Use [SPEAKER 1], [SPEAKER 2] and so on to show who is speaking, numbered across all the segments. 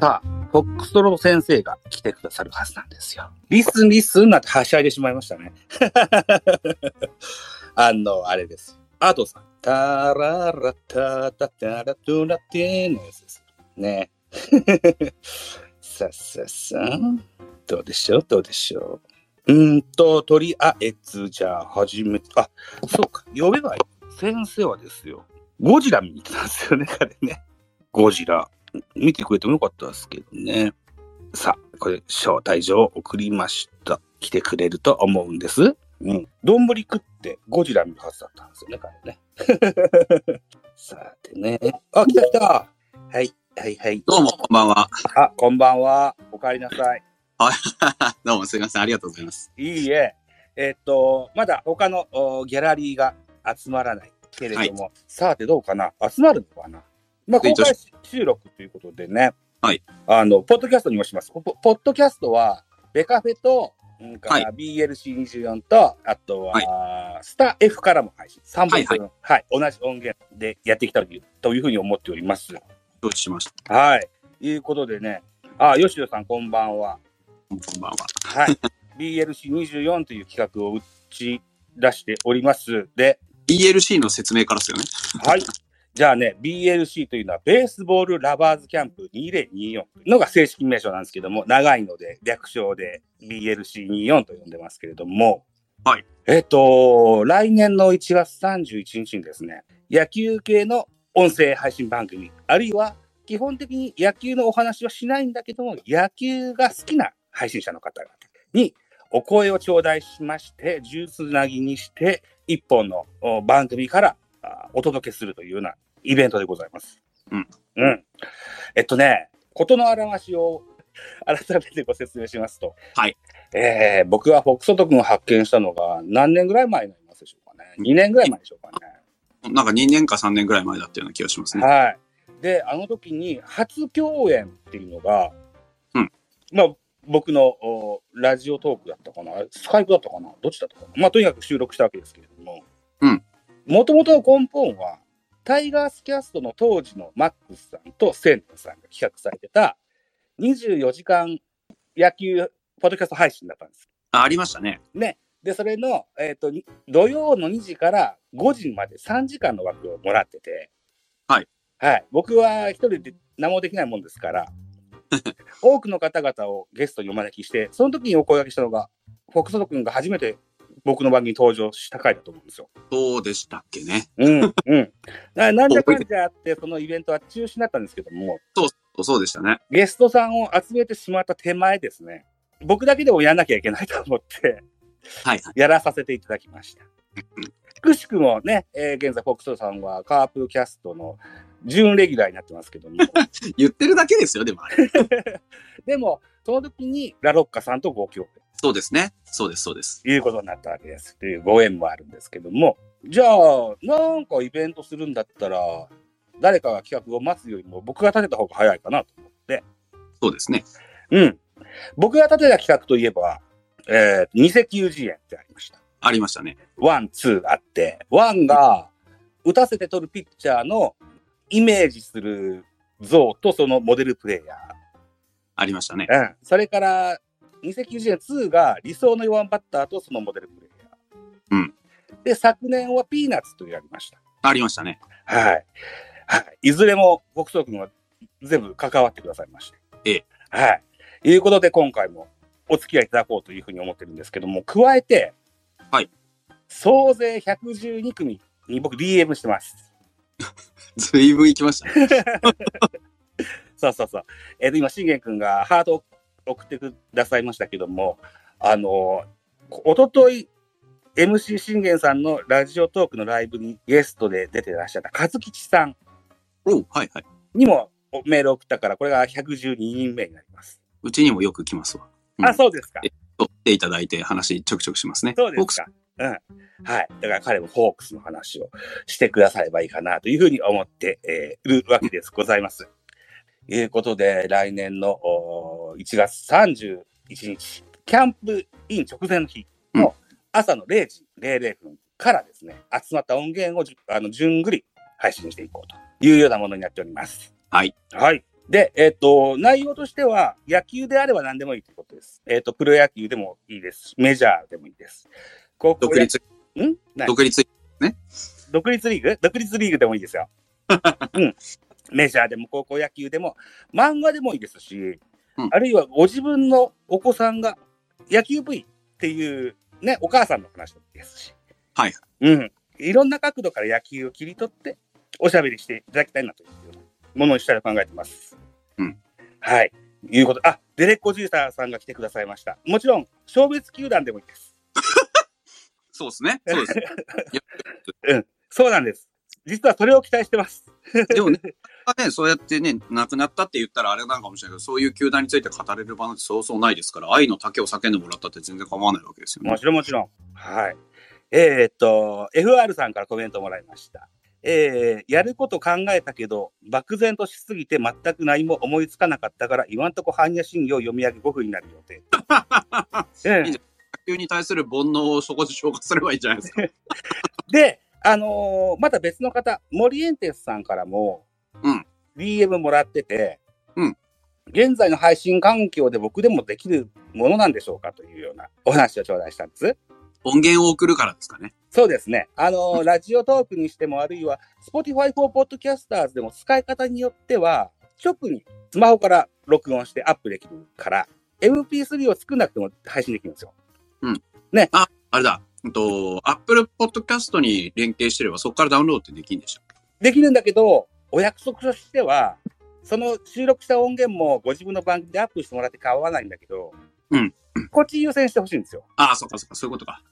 [SPEAKER 1] さあ、フォックストロー先生が来てくださるはずなんですよ。リスンリスンなんてはしゃいでしまいましたね。 あの、あれです。アドさん。タララタタタラトゥラティーのやつです。ね。さあさあさあ。どうでしょうどうでしょう。うーんと、とりあえず、じゃあ、始め、あ、そうか、呼べばいい。先生はですよ、ゴジラ見に行ってたんですよね、 彼ね。ゴジラ。見てくれてもよかったですけどね。さあ、これ、招待状を送りました。来てくれると思うんです。うん。丼食ってゴジラ見るはずだったんですよね、彼ね。 さてね。あ、来た来たはい、はい、はい。
[SPEAKER 2] どうも、こんばんは。
[SPEAKER 1] あ、こんばんは。お帰りなさい。
[SPEAKER 2] どうも、すいません。ありがとうございます。
[SPEAKER 1] いいえ。えっと、まだ他のおギャラリーが集まらないけれども、さてどうかな集まるのかなまあ、
[SPEAKER 2] ツイ
[SPEAKER 1] 公
[SPEAKER 2] ートし
[SPEAKER 1] 開収録ということでね。
[SPEAKER 2] はい。
[SPEAKER 1] あの、ポッドキャストにもします。ポポッドキャストは、ベカフェと、うんか
[SPEAKER 2] はい
[SPEAKER 1] ら BLC24 と、あとは、スター F からも配信。3本分、はい同じ音源でやっていきたいというというふうに思っております。
[SPEAKER 2] 承知しました。
[SPEAKER 1] はい。いうことでね。あ、吉野さん、こんばんは。
[SPEAKER 2] こんばんは。
[SPEAKER 1] はい。BLC24 という企画を打ち出しております。で、
[SPEAKER 2] BLC の説明からですよね。
[SPEAKER 1] はい。じゃあね、BLC というのは、ベースボールラバーズキャンプ2024というのが正式名称なんですけども、長いので、略称で BLC24 と呼んでますけれども、
[SPEAKER 2] はい。
[SPEAKER 1] えっと、来年の1月31日にですね、野球系の音声配信番組、あるいは基本的に野球のお話はしないんだけども、野球が好きな配信者の方々にお声を頂戴しまして、十つなぎにして、一本のお番組からあお届けするというようなイベントでございます。
[SPEAKER 2] うん。
[SPEAKER 1] うん。えっとね、事の表しを 改めてご説明しますと。
[SPEAKER 2] はい。
[SPEAKER 1] えー、僕はフォックソト君を発見したのが何年ぐらい前になりますでしょうかね。2年ぐらい前でしょうかね。
[SPEAKER 2] なんか2年か3年ぐらい前だったような気がしますね。
[SPEAKER 1] はい。で、あの時に初共演っていうのが、
[SPEAKER 2] うん
[SPEAKER 1] まあ、僕のおラジオトークだったかな、スカイプだったかな、どっちだったかな、まあ、とにかく収録したわけですけれども
[SPEAKER 2] うん、
[SPEAKER 1] もともとの根本は、タイガースキャストの当時のマックスさんとセントさんが企画されてた24時間野球ポッドキャスト配信だったんです。
[SPEAKER 2] あありましたね。
[SPEAKER 1] で、それの、えっ、と、に土曜の2時から5時まで3時間の枠をもらってて、
[SPEAKER 2] はい。
[SPEAKER 1] はい。僕は一人で何もできないもんです から、多くの方々をゲストにお招きして、その時にお声掛けしたのが、フォックソト君が初めて僕の番組に登場した回だと思うんですよ。
[SPEAKER 2] そうでしたっけね。
[SPEAKER 1] うん、うん。 ななんだかんだあって、そのイベントは中止になったんですけども、
[SPEAKER 2] そうそうでしたね。
[SPEAKER 1] ゲストさんを集めてしまった手前ですね、僕だけでもやんなきゃいけないと思って、
[SPEAKER 2] はいはい。
[SPEAKER 1] やらさせていただきました
[SPEAKER 2] うん。
[SPEAKER 1] くしくもね、えー現在、フォックストさんはカープキャストの準レギュラーになってますけども、
[SPEAKER 2] 言ってるだけですよ、でもあれ。
[SPEAKER 1] でも、その時にラロッカさんとご共演
[SPEAKER 2] そうですね。そうです、そうです。
[SPEAKER 1] ということになったわけです。というご縁もあるんですけども、じゃあ、なんかイベントするんだったら、誰かが企画を待つよりも僕が立てた方が早いかなと思って、
[SPEAKER 2] そうですね。
[SPEAKER 1] うん。僕が立てた企画といえば、えー、偽求人園ってありました。
[SPEAKER 2] ありましたね。
[SPEAKER 1] ワン、ツーあって、ワンが打たせて取るピッチャーのイメージする像とそのモデルプレイヤ
[SPEAKER 2] ありましたね。
[SPEAKER 1] ー。うん。それから、2090年2が理想の4番バッターとそのモデルプレイヤー。
[SPEAKER 2] うん。
[SPEAKER 1] で、昨年はピーナッツとやりました。
[SPEAKER 2] ありましたね。
[SPEAKER 1] はい。はい。いずれも、僕と君は全部関わってくださいまして。
[SPEAKER 2] ええ。
[SPEAKER 1] はい。いうことで、今回もお付き合いいただこうというふうに思ってるんですけども、加えて、
[SPEAKER 2] はい。
[SPEAKER 1] 総勢112組に僕 DM してます。
[SPEAKER 2] ずいぶん行きましたね。
[SPEAKER 1] そうそうそう。えっ、と、今、信玄君がハートを送ってくださいましたけども、あのー、おととい、MC 信玄さんのラジオトークのライブにゲストで出てらっしゃった和吉さん
[SPEAKER 2] おうはいはい。
[SPEAKER 1] にもメールを送ったから、これが112人目になります。
[SPEAKER 2] うちにもよく来ますわ。うん
[SPEAKER 1] あ、そうですか。
[SPEAKER 2] と来ていただいて話ちょくちょくしますね。
[SPEAKER 1] そうで
[SPEAKER 2] 僕
[SPEAKER 1] すか。うん。はい。だから彼もホークスの話をしてくださればいいかなというふうに思って、えーいるわけです。ございます。いうことで、来年のおー1月31日、キャンプイン直前の日の朝の0時00分からですね、集まった音源をじゅあの順繰り配信していこうというようなものになっております。
[SPEAKER 2] はい。
[SPEAKER 1] はい。で、えっ、と、内容としては、野球であれば何でもいいということです。えっ、と、プロ野球でもいいです。メジャーでもいいです。高校
[SPEAKER 2] 独
[SPEAKER 1] 野
[SPEAKER 2] 立、
[SPEAKER 1] んない
[SPEAKER 2] 独立、
[SPEAKER 1] 独立リーグ独立リーグでもいいです よ。うん。メジャーでも高校野球でも、漫画でもいいですし、
[SPEAKER 2] うん
[SPEAKER 1] あるいはご自分のお子さんが野球部員っていうね、お母さんの話ですし。
[SPEAKER 2] はい。
[SPEAKER 1] うん。いろんな角度から野球を切り取って、おしゃべりしていただきたいなというものにしたら考えてます。
[SPEAKER 2] うん。
[SPEAKER 1] はい。いうこと。あ、デレッコジューサーさんが来てくださいました。もちろん、消滅球団でもいいです。
[SPEAKER 2] そうですね。そう です。
[SPEAKER 1] そうなんです。実はそれを期待してます。
[SPEAKER 2] でもね、ねそうやってね、亡くなったって言ったらあれなのかもしれないけど、そういう球団について語れる場なんてそうそうないですから、愛の丈を叫んでもらったって全然構わないわけですよね
[SPEAKER 1] も。ちろんもちろん。はい。えーっと、FR さんからコメントもらいました。えーやること考えたけど、漠然としすぎて全く何も思いつかなかったから、今んとこ般若心経を読み上げ5分になる予定。ええ
[SPEAKER 2] いいんじ野球に対する煩悩をそこで消化すればいいじゃないですか。
[SPEAKER 1] で、あのーまた別の方、モリエンテスさんからも、
[SPEAKER 2] うん
[SPEAKER 1] DM もらってて、
[SPEAKER 2] うん
[SPEAKER 1] 現在の配信環境で僕でもできるものなんでしょうかというようなお話を頂戴したんです。
[SPEAKER 2] 音源を送るからですかね。
[SPEAKER 1] そうですね。あの ーラジオトークにしても、あるいは Spotify for Podcasters でも使い方によっては、直にスマホから録音してアップできるから、MP3 を少なくても配信できるんですよ。
[SPEAKER 2] あれだ、うんと、Apple Podcast に連携してればそこからダウンロードってできるんでしょ。
[SPEAKER 1] できるんだけど、お約束としては、その収録した音源もご自分の番組でアップしてもらって構わないんだけど、
[SPEAKER 2] うん
[SPEAKER 1] こっち優先してほしいんですよ。
[SPEAKER 2] ああ、そっかそっか、そういうことか。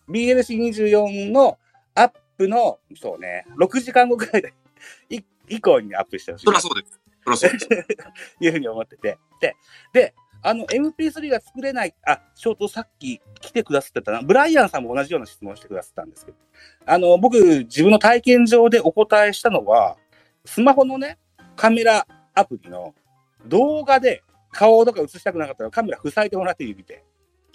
[SPEAKER 1] BLC24 のアップの、そうね、6時間後くらいでい以降にアップしてほしい
[SPEAKER 2] そりゃそうです。そりゃそうです。
[SPEAKER 1] というふうに思ってて。で、で、あの、MP3 が作れない、あ、ショートさっき来てくださってたな、ブライアンさんも同じような質問してくださったんですけど、あの、僕、自分の体験上でお答えしたのは、スマホのね、カメラアプリの動画で顔とか映したくなかったらカメラ塞いでもらって指で、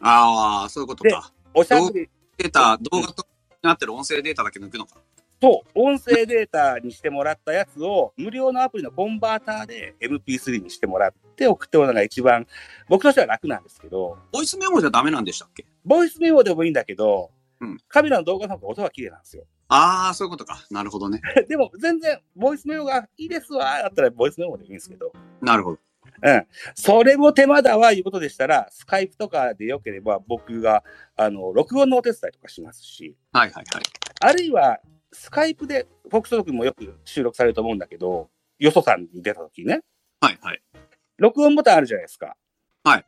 [SPEAKER 2] ああ、そういうことか。
[SPEAKER 1] おしゃべり
[SPEAKER 2] データ、動画となってる音声データだけ抜くのか。
[SPEAKER 1] と音声データにしてもらったやつを無料のアプリのコンバーターで MP3 にしてもらって送ってもらうのが一番僕としては楽なんですけど、
[SPEAKER 2] ボイスメモじゃダメなんでしたっけ
[SPEAKER 1] ボイスメモでもいいんだけど、
[SPEAKER 2] うん
[SPEAKER 1] カメラの動画の方が音が綺麗なんですよ。
[SPEAKER 2] ああ、そういうことか。なるほどね。
[SPEAKER 1] でも全然、ボイスメモがいいですわ、だったらボイスメモでいいんですけど、
[SPEAKER 2] なるほど。
[SPEAKER 1] それも手間だわ、いうことでしたら、スカイプとかでよければ僕が、あの、録音のお手伝いとかしますし、
[SPEAKER 2] はいはいはい。
[SPEAKER 1] あるいは、スカイプで、フォックストロ君もよく収録されると思うんだけど、よそさんに出た時ね、
[SPEAKER 2] はいはい。
[SPEAKER 1] 録音ボタンあるじゃないですか。
[SPEAKER 2] はい。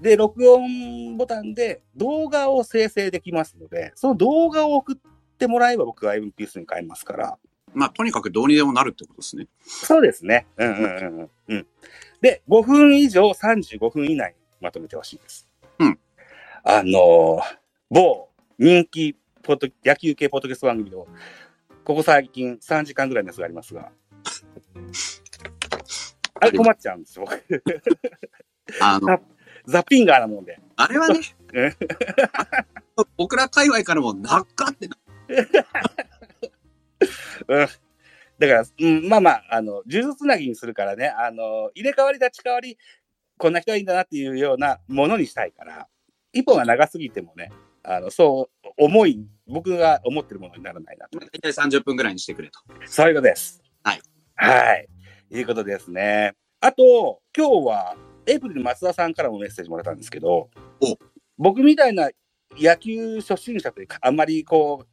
[SPEAKER 1] で、録音ボタンで動画を生成できますので、その動画を送ってもらえば僕は MP3 に変えますから。
[SPEAKER 2] まあ、とにかくどうにでもなるってことですね。
[SPEAKER 1] そうですね。うんうんうんうんうん。で、5分以上35分以内にまとめてほしいです。
[SPEAKER 2] うん。
[SPEAKER 1] あのー某人気ポッド野球系ポッドキャスト番組の、ここ最近3時間ぐらいのやつがあります が、あれ困っちゃうんですよ。僕
[SPEAKER 2] あ の、
[SPEAKER 1] ザ・ピンガーなもんで。
[SPEAKER 2] あれは ね
[SPEAKER 1] え、
[SPEAKER 2] 僕ら界隈からも、なっかってな、
[SPEAKER 1] だから、うん、まあまあ、あの、呪術つなぎにするからね、あの、入れ替わり立ち替わり、こんな人がいいんだなっていうようなものにしたいから、一本が長すぎてもね、あの、そう、重い、僕が思ってるものにならないなと。
[SPEAKER 2] 大体30分ぐらいにしてくれと。
[SPEAKER 1] そういうことです。
[SPEAKER 2] はい。
[SPEAKER 1] はい。いうことですね。あと、今日は、エイプリル松田さんからもメッセージもらったんですけど
[SPEAKER 2] お、
[SPEAKER 1] 僕みたいな野球初心者というか、あんまりこう、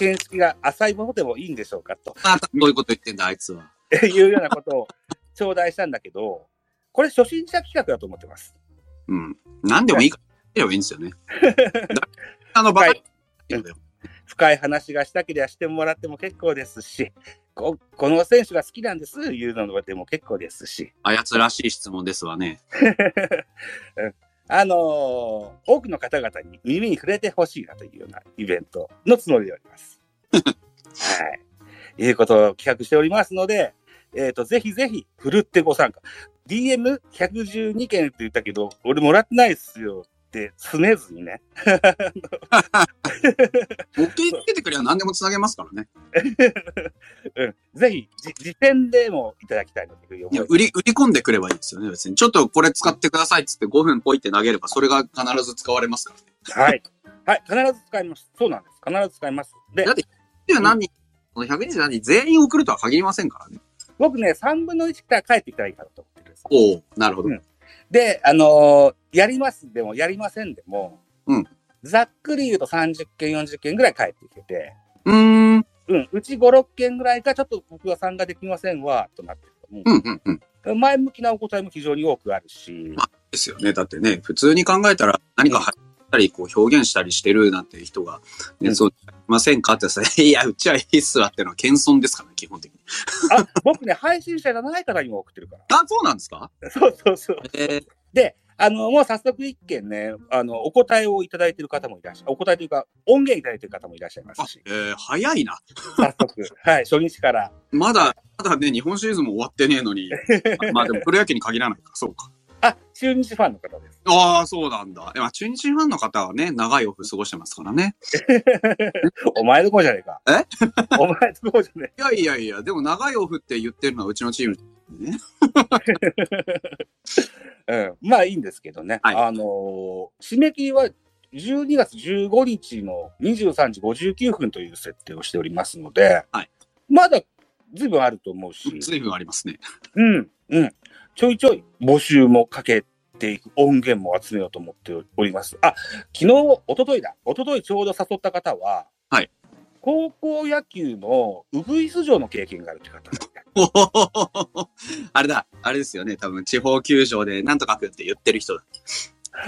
[SPEAKER 1] 見識が浅いものでもいいんでしょうかと。
[SPEAKER 2] また、どういうこと言ってんだ、あいつは。
[SPEAKER 1] っていうようなことを頂戴したんだけど、これ初心者企画だと思ってます。
[SPEAKER 2] うん。何でもいいから、言えばいいんですよね。 だあの、バカに言ってんだよ
[SPEAKER 1] 深い話がしたければしてもらっても結構ですし、ここの選手が好きなんですいうのでも結構ですし、
[SPEAKER 2] あやつらしい質問ですわね。
[SPEAKER 1] あのー多くの方々に耳に触れてほしいなというようなイベントのつもりでおります。はい。いうことを企画しておりますので、えっ、と、ぜひぜひ、ふるってご参加。DM112 件って言ったけど、俺もらってないっすよ。って拗ねずにね。
[SPEAKER 2] 持ってつけてくれば何でもつなげますからね。
[SPEAKER 1] うん、ぜひ、じ時点でもいただきたいなというふう
[SPEAKER 2] い
[SPEAKER 1] に
[SPEAKER 2] や
[SPEAKER 1] 思い
[SPEAKER 2] 売り、売り込んでくればいいですよね、別に。ちょっとこれ使ってくださいっつって5分ポイって投げれば、それが必ず使われますからね。
[SPEAKER 1] ます。はい。はい、必ず使います。そうなんです。必ず使います。で
[SPEAKER 2] だ、って1何人、この100人何人全員送るとは限りませんからね。
[SPEAKER 1] 僕ね、3分の1から帰ってきたらいいかなと思ってるんです。
[SPEAKER 2] おおなるほど。
[SPEAKER 1] うんで、あのーやりますでも、やりませんでも、
[SPEAKER 2] うん
[SPEAKER 1] ざっくり言うと30件、40件ぐらい帰ってきてて、
[SPEAKER 2] うーん。うん、
[SPEAKER 1] うん、うち5、6件ぐらいがちょっと僕は参加できませんわ、となってると思う
[SPEAKER 2] うん、うん。
[SPEAKER 1] 前向きなお答えも非常に多くある し、
[SPEAKER 2] ですよね。だってね、普通に考えたら何か発ったり、こう表現したりしてるなんて人が、ね、
[SPEAKER 1] うん
[SPEAKER 2] そう、いませんかってさ、 いや、うちはいいっすわってのは謙遜ですからね、基本的に。
[SPEAKER 1] あ、僕ね、配信者じゃない方にも送ってるから。
[SPEAKER 2] あ、そうなんですか
[SPEAKER 1] そうそうそう。
[SPEAKER 2] えー、
[SPEAKER 1] で、あの、もう早速一件ね、あの、お答えをいただいてる方もいらっしゃお答えというか、音源いただいてる方もいらっしゃいます
[SPEAKER 2] あ
[SPEAKER 1] し、
[SPEAKER 2] えー早いな。
[SPEAKER 1] 早速、はい、初日から。
[SPEAKER 2] まだ、まだね、日本シリーズも終わってねえ のに。まあでも、プロ野球に限らないか、そうか。
[SPEAKER 1] あ、中日ファンの方です。
[SPEAKER 2] ああ、そうなんだ。えまあ、中日ファンの方はね、長いオフ過ごしてますからね。
[SPEAKER 1] お前のこじゃねえか。
[SPEAKER 2] え
[SPEAKER 1] お前のこじゃね
[SPEAKER 2] いやいやいや、でも長いオフって言ってるのはうちのチームね。
[SPEAKER 1] え。うん。まあいいんですけどね。
[SPEAKER 2] はい
[SPEAKER 1] あのー締め切りは12月15日の23時59分という設定をしておりますので、
[SPEAKER 2] はい
[SPEAKER 1] まだ随分あると思うし、
[SPEAKER 2] 随分ありますね。
[SPEAKER 1] うん、うん。ちょいちょい募集もかけていく音源も集めようと思っております。あ、昨日、一昨日だ。一昨日ちょうど誘った方は、
[SPEAKER 2] はい
[SPEAKER 1] 高校野球のウグイス城の経験があるって方なんで。
[SPEAKER 2] おほほほほ あれだ、あれですよね。多分、地方球場でなんとかくんって言ってる人だ。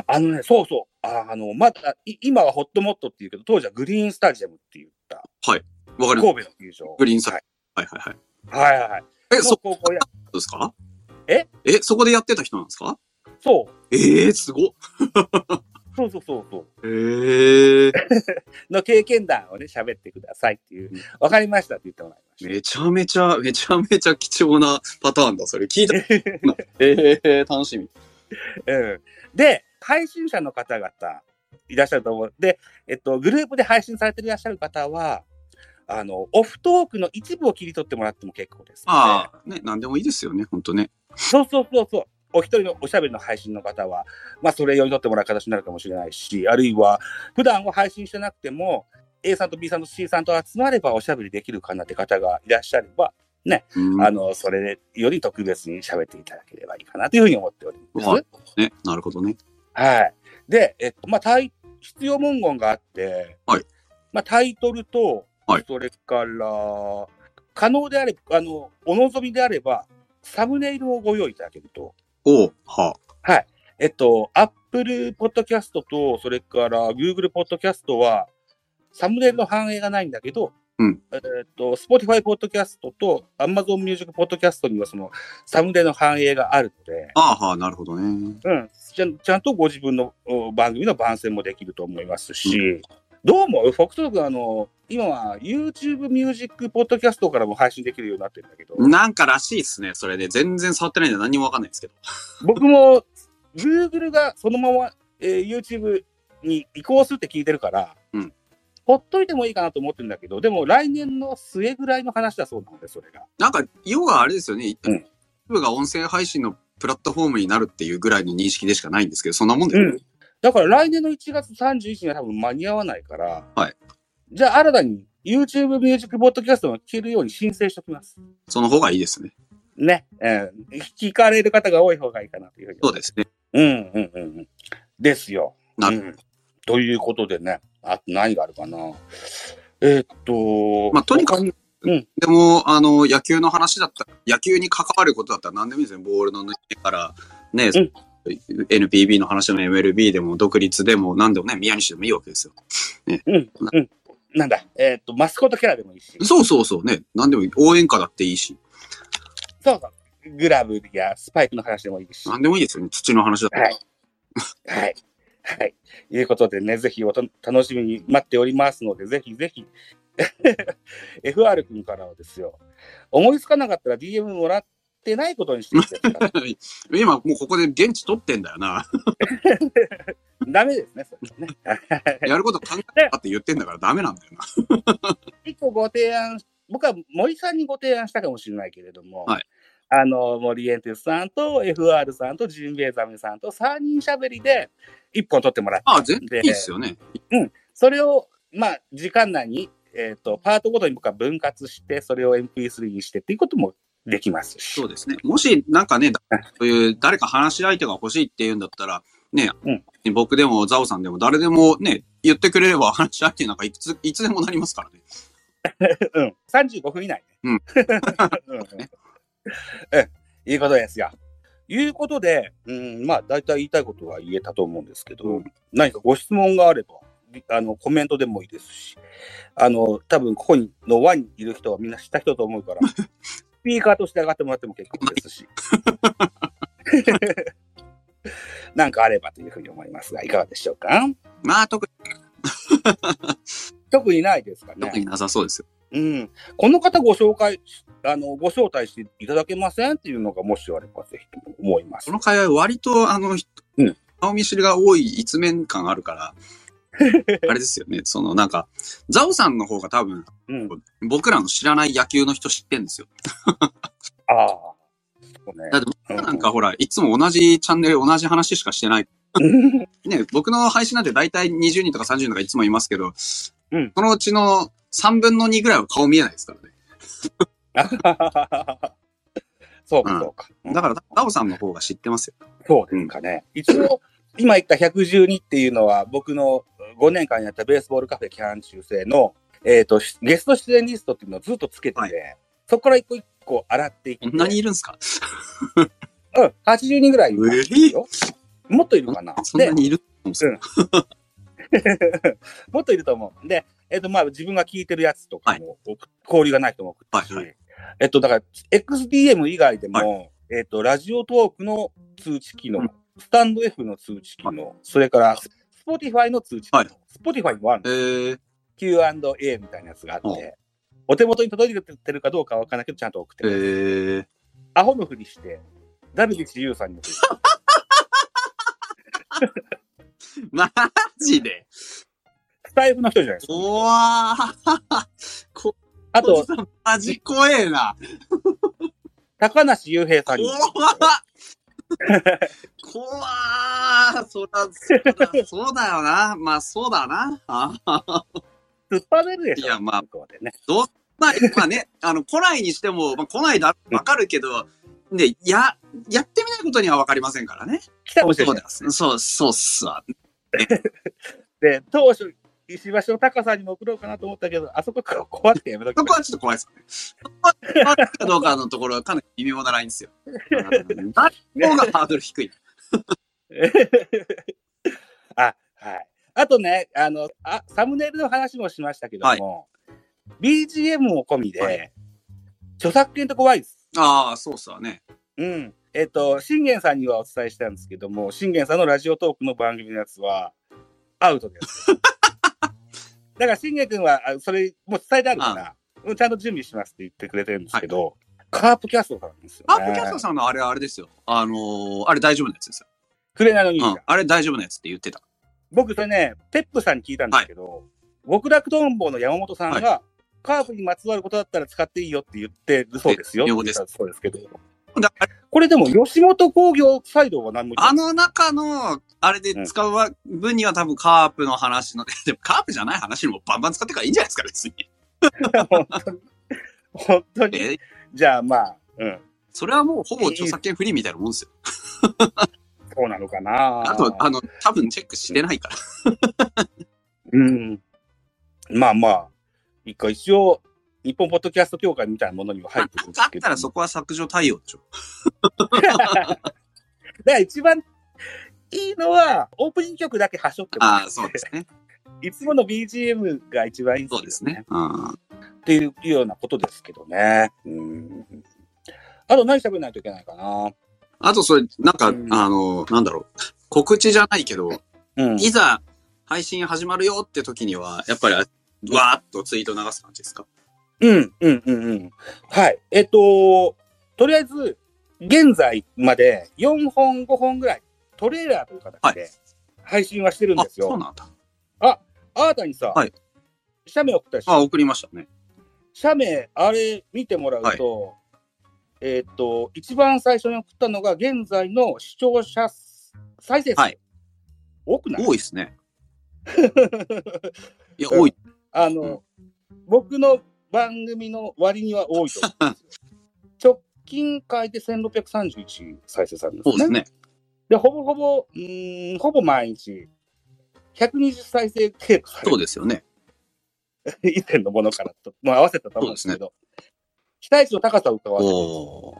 [SPEAKER 1] あのね、そうそう。ああの、まだ、い今はホットモットって言うけど、当時はグリーンスタジアムって言った。
[SPEAKER 2] わかり
[SPEAKER 1] 神
[SPEAKER 2] ます。
[SPEAKER 1] 戸の球場。
[SPEAKER 2] グリーンサ
[SPEAKER 1] は
[SPEAKER 2] イ
[SPEAKER 1] い
[SPEAKER 2] はいはいはい。
[SPEAKER 1] はいはいはい。
[SPEAKER 2] え、そ
[SPEAKER 1] の
[SPEAKER 2] こ
[SPEAKER 1] 高校野
[SPEAKER 2] ですか
[SPEAKER 1] え
[SPEAKER 2] え、そこでやってた人なんですか
[SPEAKER 1] そう。
[SPEAKER 2] ええー、すごっ。
[SPEAKER 1] そうそうそうそう。
[SPEAKER 2] ええー、
[SPEAKER 1] の経験談をね、喋ってくださいっていう。わかりましたって言ってもらいました。
[SPEAKER 2] めちゃめちゃ、めちゃめちゃ貴重なパターンだ。それ聞いたことない。 ええー、楽しみ。
[SPEAKER 1] うんで、配信者の方々いらっしゃると思う。で、えっと、グループで配信されていらっしゃる方は、あの、オフトークの一部を切り取ってもらっても結構です、
[SPEAKER 2] ああ、ね、なんでもいいですよね、ほんとね。
[SPEAKER 1] そうそうそうそう。お一人のおしゃべりの配信の方は、まあ、それ用に取ってもらう形になるかもしれないし、あるいは、普段は配信してなくても、A さんと B さんと C さんと集まればおしゃべりできるかなって方がいらっしゃれば、
[SPEAKER 2] うん、
[SPEAKER 1] あの、それより特別に喋っていただければいいかなというふうに思っております。
[SPEAKER 2] はいね、なるほどね。
[SPEAKER 1] はい。で、えっと、まあ、タイ、必要文言があって、
[SPEAKER 2] はい。
[SPEAKER 1] まあ、タイトルと、
[SPEAKER 2] はい
[SPEAKER 1] それから、可能であれば、あの、お望みであれば、サムネイルをご用意いただけると、
[SPEAKER 2] おう、は
[SPEAKER 1] えっと、Apple Podcast と、それから Google Podcast は、サムネイルの反映がないんだけど、
[SPEAKER 2] うん
[SPEAKER 1] えっと、Spotify Podcast と Amazon Music Podcast にはそのサムネイルの反映があるので、
[SPEAKER 2] あ、ああはあ、なるほどね。
[SPEAKER 1] うん、ちゃんちゃんとご自分のお番組の番宣もできると思いますし、どうも、フォックトロ君、あの、今は YouTube ミュージックポッドキャストからも配信できるようになってるんだけど、
[SPEAKER 2] なんからしいっすね、それで、全然触ってないんで何にもわかんないですけど。
[SPEAKER 1] 僕も Google がそのまま、えー YouTube に移行するって聞いてるから、
[SPEAKER 2] うん
[SPEAKER 1] ほっといてもいいかなと思ってるんだけど、でも来年の末ぐらいの話だそうなので、それが。
[SPEAKER 2] なんか、要はあれですよね、一
[SPEAKER 1] うん
[SPEAKER 2] 部が音声配信のプラットフォームになるっていうぐらいの認識でしかないんですけど、そんなもんだよね。
[SPEAKER 1] うんだから来年の1月31日には多分間に合わないから、
[SPEAKER 2] はい
[SPEAKER 1] じゃあ新たに YouTube ミュージックポッドキャストが聞けるように申請しておきます。
[SPEAKER 2] その方がいいですね。
[SPEAKER 1] ね、えー聞かれる方が多い方がいいかなというふうに。
[SPEAKER 2] そうですね。
[SPEAKER 1] うんうんうんうん。ですよ。
[SPEAKER 2] なる
[SPEAKER 1] うんということでね、あと何があるかな。えーっと、
[SPEAKER 2] まあとにかく
[SPEAKER 1] 他に
[SPEAKER 2] でも、あの、野球の話だったら、野球に関わることだったら何でもいいですね。ボールの抜けから、ね、
[SPEAKER 1] ん
[SPEAKER 2] NPB の話でも MLB でも、独立でも、何でもね、宮西でもいいわけですよ。
[SPEAKER 1] うんうん。なんだ、えーっと、マスコットキャラでもいいし、そ
[SPEAKER 2] そうそうそうね。何でもいい。応援歌だっていいし、
[SPEAKER 1] うそう、グラブやスパイクの話でもいいし。
[SPEAKER 2] 何でもいいですよね。土の話だったら。
[SPEAKER 1] はいはい。はい。いうことでね、ぜひおと楽しみに待っておりますので、ぜひぜひ。FR 君からはですよ、思いつかなかったら DM もらって ないことにしてください。
[SPEAKER 2] 今、もうここで現地取ってんだよな。
[SPEAKER 1] ダメですね、それはね。
[SPEAKER 2] やること考えたって言ってんだからダメなんだよな。
[SPEAKER 1] 一個ご提案、僕は森さんにご提案したかもしれないけれども、
[SPEAKER 2] はい
[SPEAKER 1] あの、森エンテスさんと FR さんとジンベエザメさんと3人しゃべりで1本撮ってもらって、
[SPEAKER 2] ああ、全然いいっすよね。
[SPEAKER 1] それを、まあ、時間内に、えっ、と、パートごとに僕は分割して、それを MP3 にしてっていうこともできますし。
[SPEAKER 2] そうですね。もし、なんかね、だ
[SPEAKER 1] はい
[SPEAKER 2] そういう誰か話し相手が欲しいっていうんだったら、ね、
[SPEAKER 1] うん
[SPEAKER 2] 僕でもザオさんでも誰でもね、言ってくれれば 話し相手なんかいついつでもなりますからね。
[SPEAKER 1] うん。35分以内ね。
[SPEAKER 2] うん。
[SPEAKER 1] うん。うん。いうことですよ。いうことで、うん、まあ、大体言いたいことは言えたと思うんですけど、
[SPEAKER 2] うん
[SPEAKER 1] 何かご質問があれば、あの、コメントでもいいですし、あの、多分、ここにの輪にいる人はみんな知った人と思う から、スピーカーとして上がってもらっても結構ですし。 なんかあればというふうに思いますが、いかがでしょうか
[SPEAKER 2] まあ、特に、
[SPEAKER 1] 特にないですかね。
[SPEAKER 2] 特になさそうですよ。
[SPEAKER 1] うん、この方ご紹介しあの、ご招待していただけませんっていうのが、もしあれば、ぜひとも思います
[SPEAKER 2] こ。の会話割と、あの、
[SPEAKER 1] うん
[SPEAKER 2] 顔見知りが多い一面感あ るから、あれですよね。その、なんか、ザオさんの方が多分、
[SPEAKER 1] うん、
[SPEAKER 2] 僕らの知らない野球の人知ってんですよ。
[SPEAKER 1] ああ、そうね
[SPEAKER 2] だって僕らなんかほら、いつも同じチャンネル同じ話しかしてない。
[SPEAKER 1] うん
[SPEAKER 2] ね、僕の配信なんて大体20人とか30人とかいつもいますけど、
[SPEAKER 1] うん
[SPEAKER 2] そのうちの3分の2ぐらいは顔見えないですからね。
[SPEAKER 1] そうか、そうか。
[SPEAKER 2] だから、ダオさんの方が知ってますよ。
[SPEAKER 1] そうですかね。一応、今言った112っていうのは、僕の5年間やったベースボールカフェキャン中制の、えっ、と、しゲスト出演リストっていうのをずっとつけてて、
[SPEAKER 2] はい
[SPEAKER 1] そこから一個一個洗っていって、
[SPEAKER 2] こんなにいるんですか
[SPEAKER 1] うん、80人ぐらいいますよ。もっといるかな。
[SPEAKER 2] そんなにいるんですか
[SPEAKER 1] もっといると思う。で、えっ、と、まあ、自分が聞いてるやつとかも、交流がない人も送ってるし、
[SPEAKER 2] はいは
[SPEAKER 1] えっと、だから、XDM 以外でも、えっと、ラジオトークの通知機能、
[SPEAKER 2] うん
[SPEAKER 1] スタンド F の通知機能、それから、スポティファイの通知機能、
[SPEAKER 2] はい
[SPEAKER 1] スポティファイもある
[SPEAKER 2] え
[SPEAKER 1] の、
[SPEAKER 2] ー、
[SPEAKER 1] Q&A みたいなやつがあって、
[SPEAKER 2] うん
[SPEAKER 1] お手元に届いてるかどうかはわからないけど、ちゃんと送って
[SPEAKER 2] え
[SPEAKER 1] くれる
[SPEAKER 2] ー、
[SPEAKER 1] アホのふりして、ダルビッチユーさんに送る。
[SPEAKER 2] マジで
[SPEAKER 1] スタイフの人じゃないですか。
[SPEAKER 2] 怖ー。
[SPEAKER 1] あと、、
[SPEAKER 2] マジ怖えな。
[SPEAKER 1] 高梨雄平さんに送
[SPEAKER 2] 怖っ
[SPEAKER 1] る。
[SPEAKER 2] 怖ー。そら、そら、そうだよな。まあ、そうだな。あ
[SPEAKER 1] 突っ張れるでしょ。
[SPEAKER 2] いやまあ
[SPEAKER 1] 向こうでね。
[SPEAKER 2] まあ、まあね、あの、来ないにしても、まあ、来ないだ、わかるけど、ね、や、やってみないことにはわかりませんからね。
[SPEAKER 1] 来たか
[SPEAKER 2] そ
[SPEAKER 1] もしれな
[SPEAKER 2] う
[SPEAKER 1] い
[SPEAKER 2] です。そう、そうっすわ。
[SPEAKER 1] で、当初、石橋の高さんにも送ろうかなと思ったけど、あそこから壊してやめとき
[SPEAKER 2] そこ
[SPEAKER 1] ま
[SPEAKER 2] はちょっと怖いですよね。そこは、あるかどうかのところはかなり微妙なラインですよ。うん誰の方がハードル低い。
[SPEAKER 1] あ、はい。あとね、あの、あ、サムネイルの話もしましたけども、BGM も込みで、
[SPEAKER 2] は
[SPEAKER 1] 著作権って怖いです。
[SPEAKER 2] ああ、そうっすわね。
[SPEAKER 1] うん。えっ、と、信玄さんにはお伝えしたんですけども、信玄さんのラジオトークの番組のやつは、アウト です。だから、信玄君は、あそれ、もう伝えてあるから、うんちゃんと準備しますって言ってくれてるんですけど、カープキャストさんなんですよ、ね。
[SPEAKER 2] アップキャストさんのあれはあれですよ。あのーあれ大丈夫なやつですよ。
[SPEAKER 1] 紅の忍
[SPEAKER 2] う
[SPEAKER 1] 者。
[SPEAKER 2] ん。あれ大丈夫なやつって言ってた。
[SPEAKER 1] 僕、それね、テップさんに聞いたんですけど、極楽どんぼの山本さんが、カープにまつわることだったら使っていいよって言ってるそうですよ。
[SPEAKER 2] え了解です
[SPEAKER 1] そうですけど。
[SPEAKER 2] だあれ
[SPEAKER 1] これでも、吉本興業サイドは何も言っ
[SPEAKER 2] あ
[SPEAKER 1] てない
[SPEAKER 2] の中の、あれで使うわ分には多分カープの話の、 でもカープじゃない話にもバンバン使ってからいいんじゃないですか、別 に。
[SPEAKER 1] 本当に。本当に。
[SPEAKER 2] え
[SPEAKER 1] じゃあ、まあ、うん。
[SPEAKER 2] それはもうほぼ著作権フリーみたいなもんですよ。
[SPEAKER 1] そうなのかな。
[SPEAKER 2] あと、あの、多分チェックしてないから。
[SPEAKER 1] うん。まあまあ、一回一応、日本ポッドキャスト協会みたいなものには入ってくる
[SPEAKER 2] なんん
[SPEAKER 1] で
[SPEAKER 2] かあ
[SPEAKER 1] す
[SPEAKER 2] っ
[SPEAKER 1] けど。
[SPEAKER 2] たらそこは削除対応でしょ。
[SPEAKER 1] だから一番いいのは、オープニング曲だけ端折ってもら
[SPEAKER 2] あ
[SPEAKER 1] う
[SPEAKER 2] あ、そうです ね。
[SPEAKER 1] いつもの BGM が一番いいん
[SPEAKER 2] そうですね。。うん。
[SPEAKER 1] っていうようなことですけどね。うん。あと何喋らないといけないかな。
[SPEAKER 2] あと、それ、なんか、
[SPEAKER 1] うん
[SPEAKER 2] あの、なんだろう。告知じゃないけど、
[SPEAKER 1] うん。
[SPEAKER 2] いざ配信始まるよって時には、やっぱり、わーっとツイート流す感じですか
[SPEAKER 1] うん、うん、うん、うん。はい。えっと、とりあえず、現在まで4本、5本ぐらい、トレーラーという形で、配信はしてるん
[SPEAKER 2] あ
[SPEAKER 1] で、す
[SPEAKER 2] そう
[SPEAKER 1] よ。
[SPEAKER 2] なんだ。
[SPEAKER 1] あなたにさ、
[SPEAKER 2] はい
[SPEAKER 1] 写メ送ったでし
[SPEAKER 2] あ、
[SPEAKER 1] ょ。
[SPEAKER 2] 送りましたね。
[SPEAKER 1] 写メ、あれ見てもらうと、えーっと、一番最初に送ったのが、現在の視聴者再生数。
[SPEAKER 2] はい
[SPEAKER 1] 多くない
[SPEAKER 2] 多いですね。いや、
[SPEAKER 1] うん
[SPEAKER 2] 多い。
[SPEAKER 1] あの、僕の番組の割には多いと思うんですよ。 直近回で1631再生されるんで
[SPEAKER 2] そう
[SPEAKER 1] す
[SPEAKER 2] で
[SPEAKER 1] ね。
[SPEAKER 2] すね。
[SPEAKER 1] でほぼほぼ、うーん、ほぼ毎日、120再生程度され
[SPEAKER 2] そう
[SPEAKER 1] る
[SPEAKER 2] ですよね。
[SPEAKER 1] 以前のものからと、まあ、合わせたと思うんですけど、期待値の高さを伺わせ
[SPEAKER 2] おお。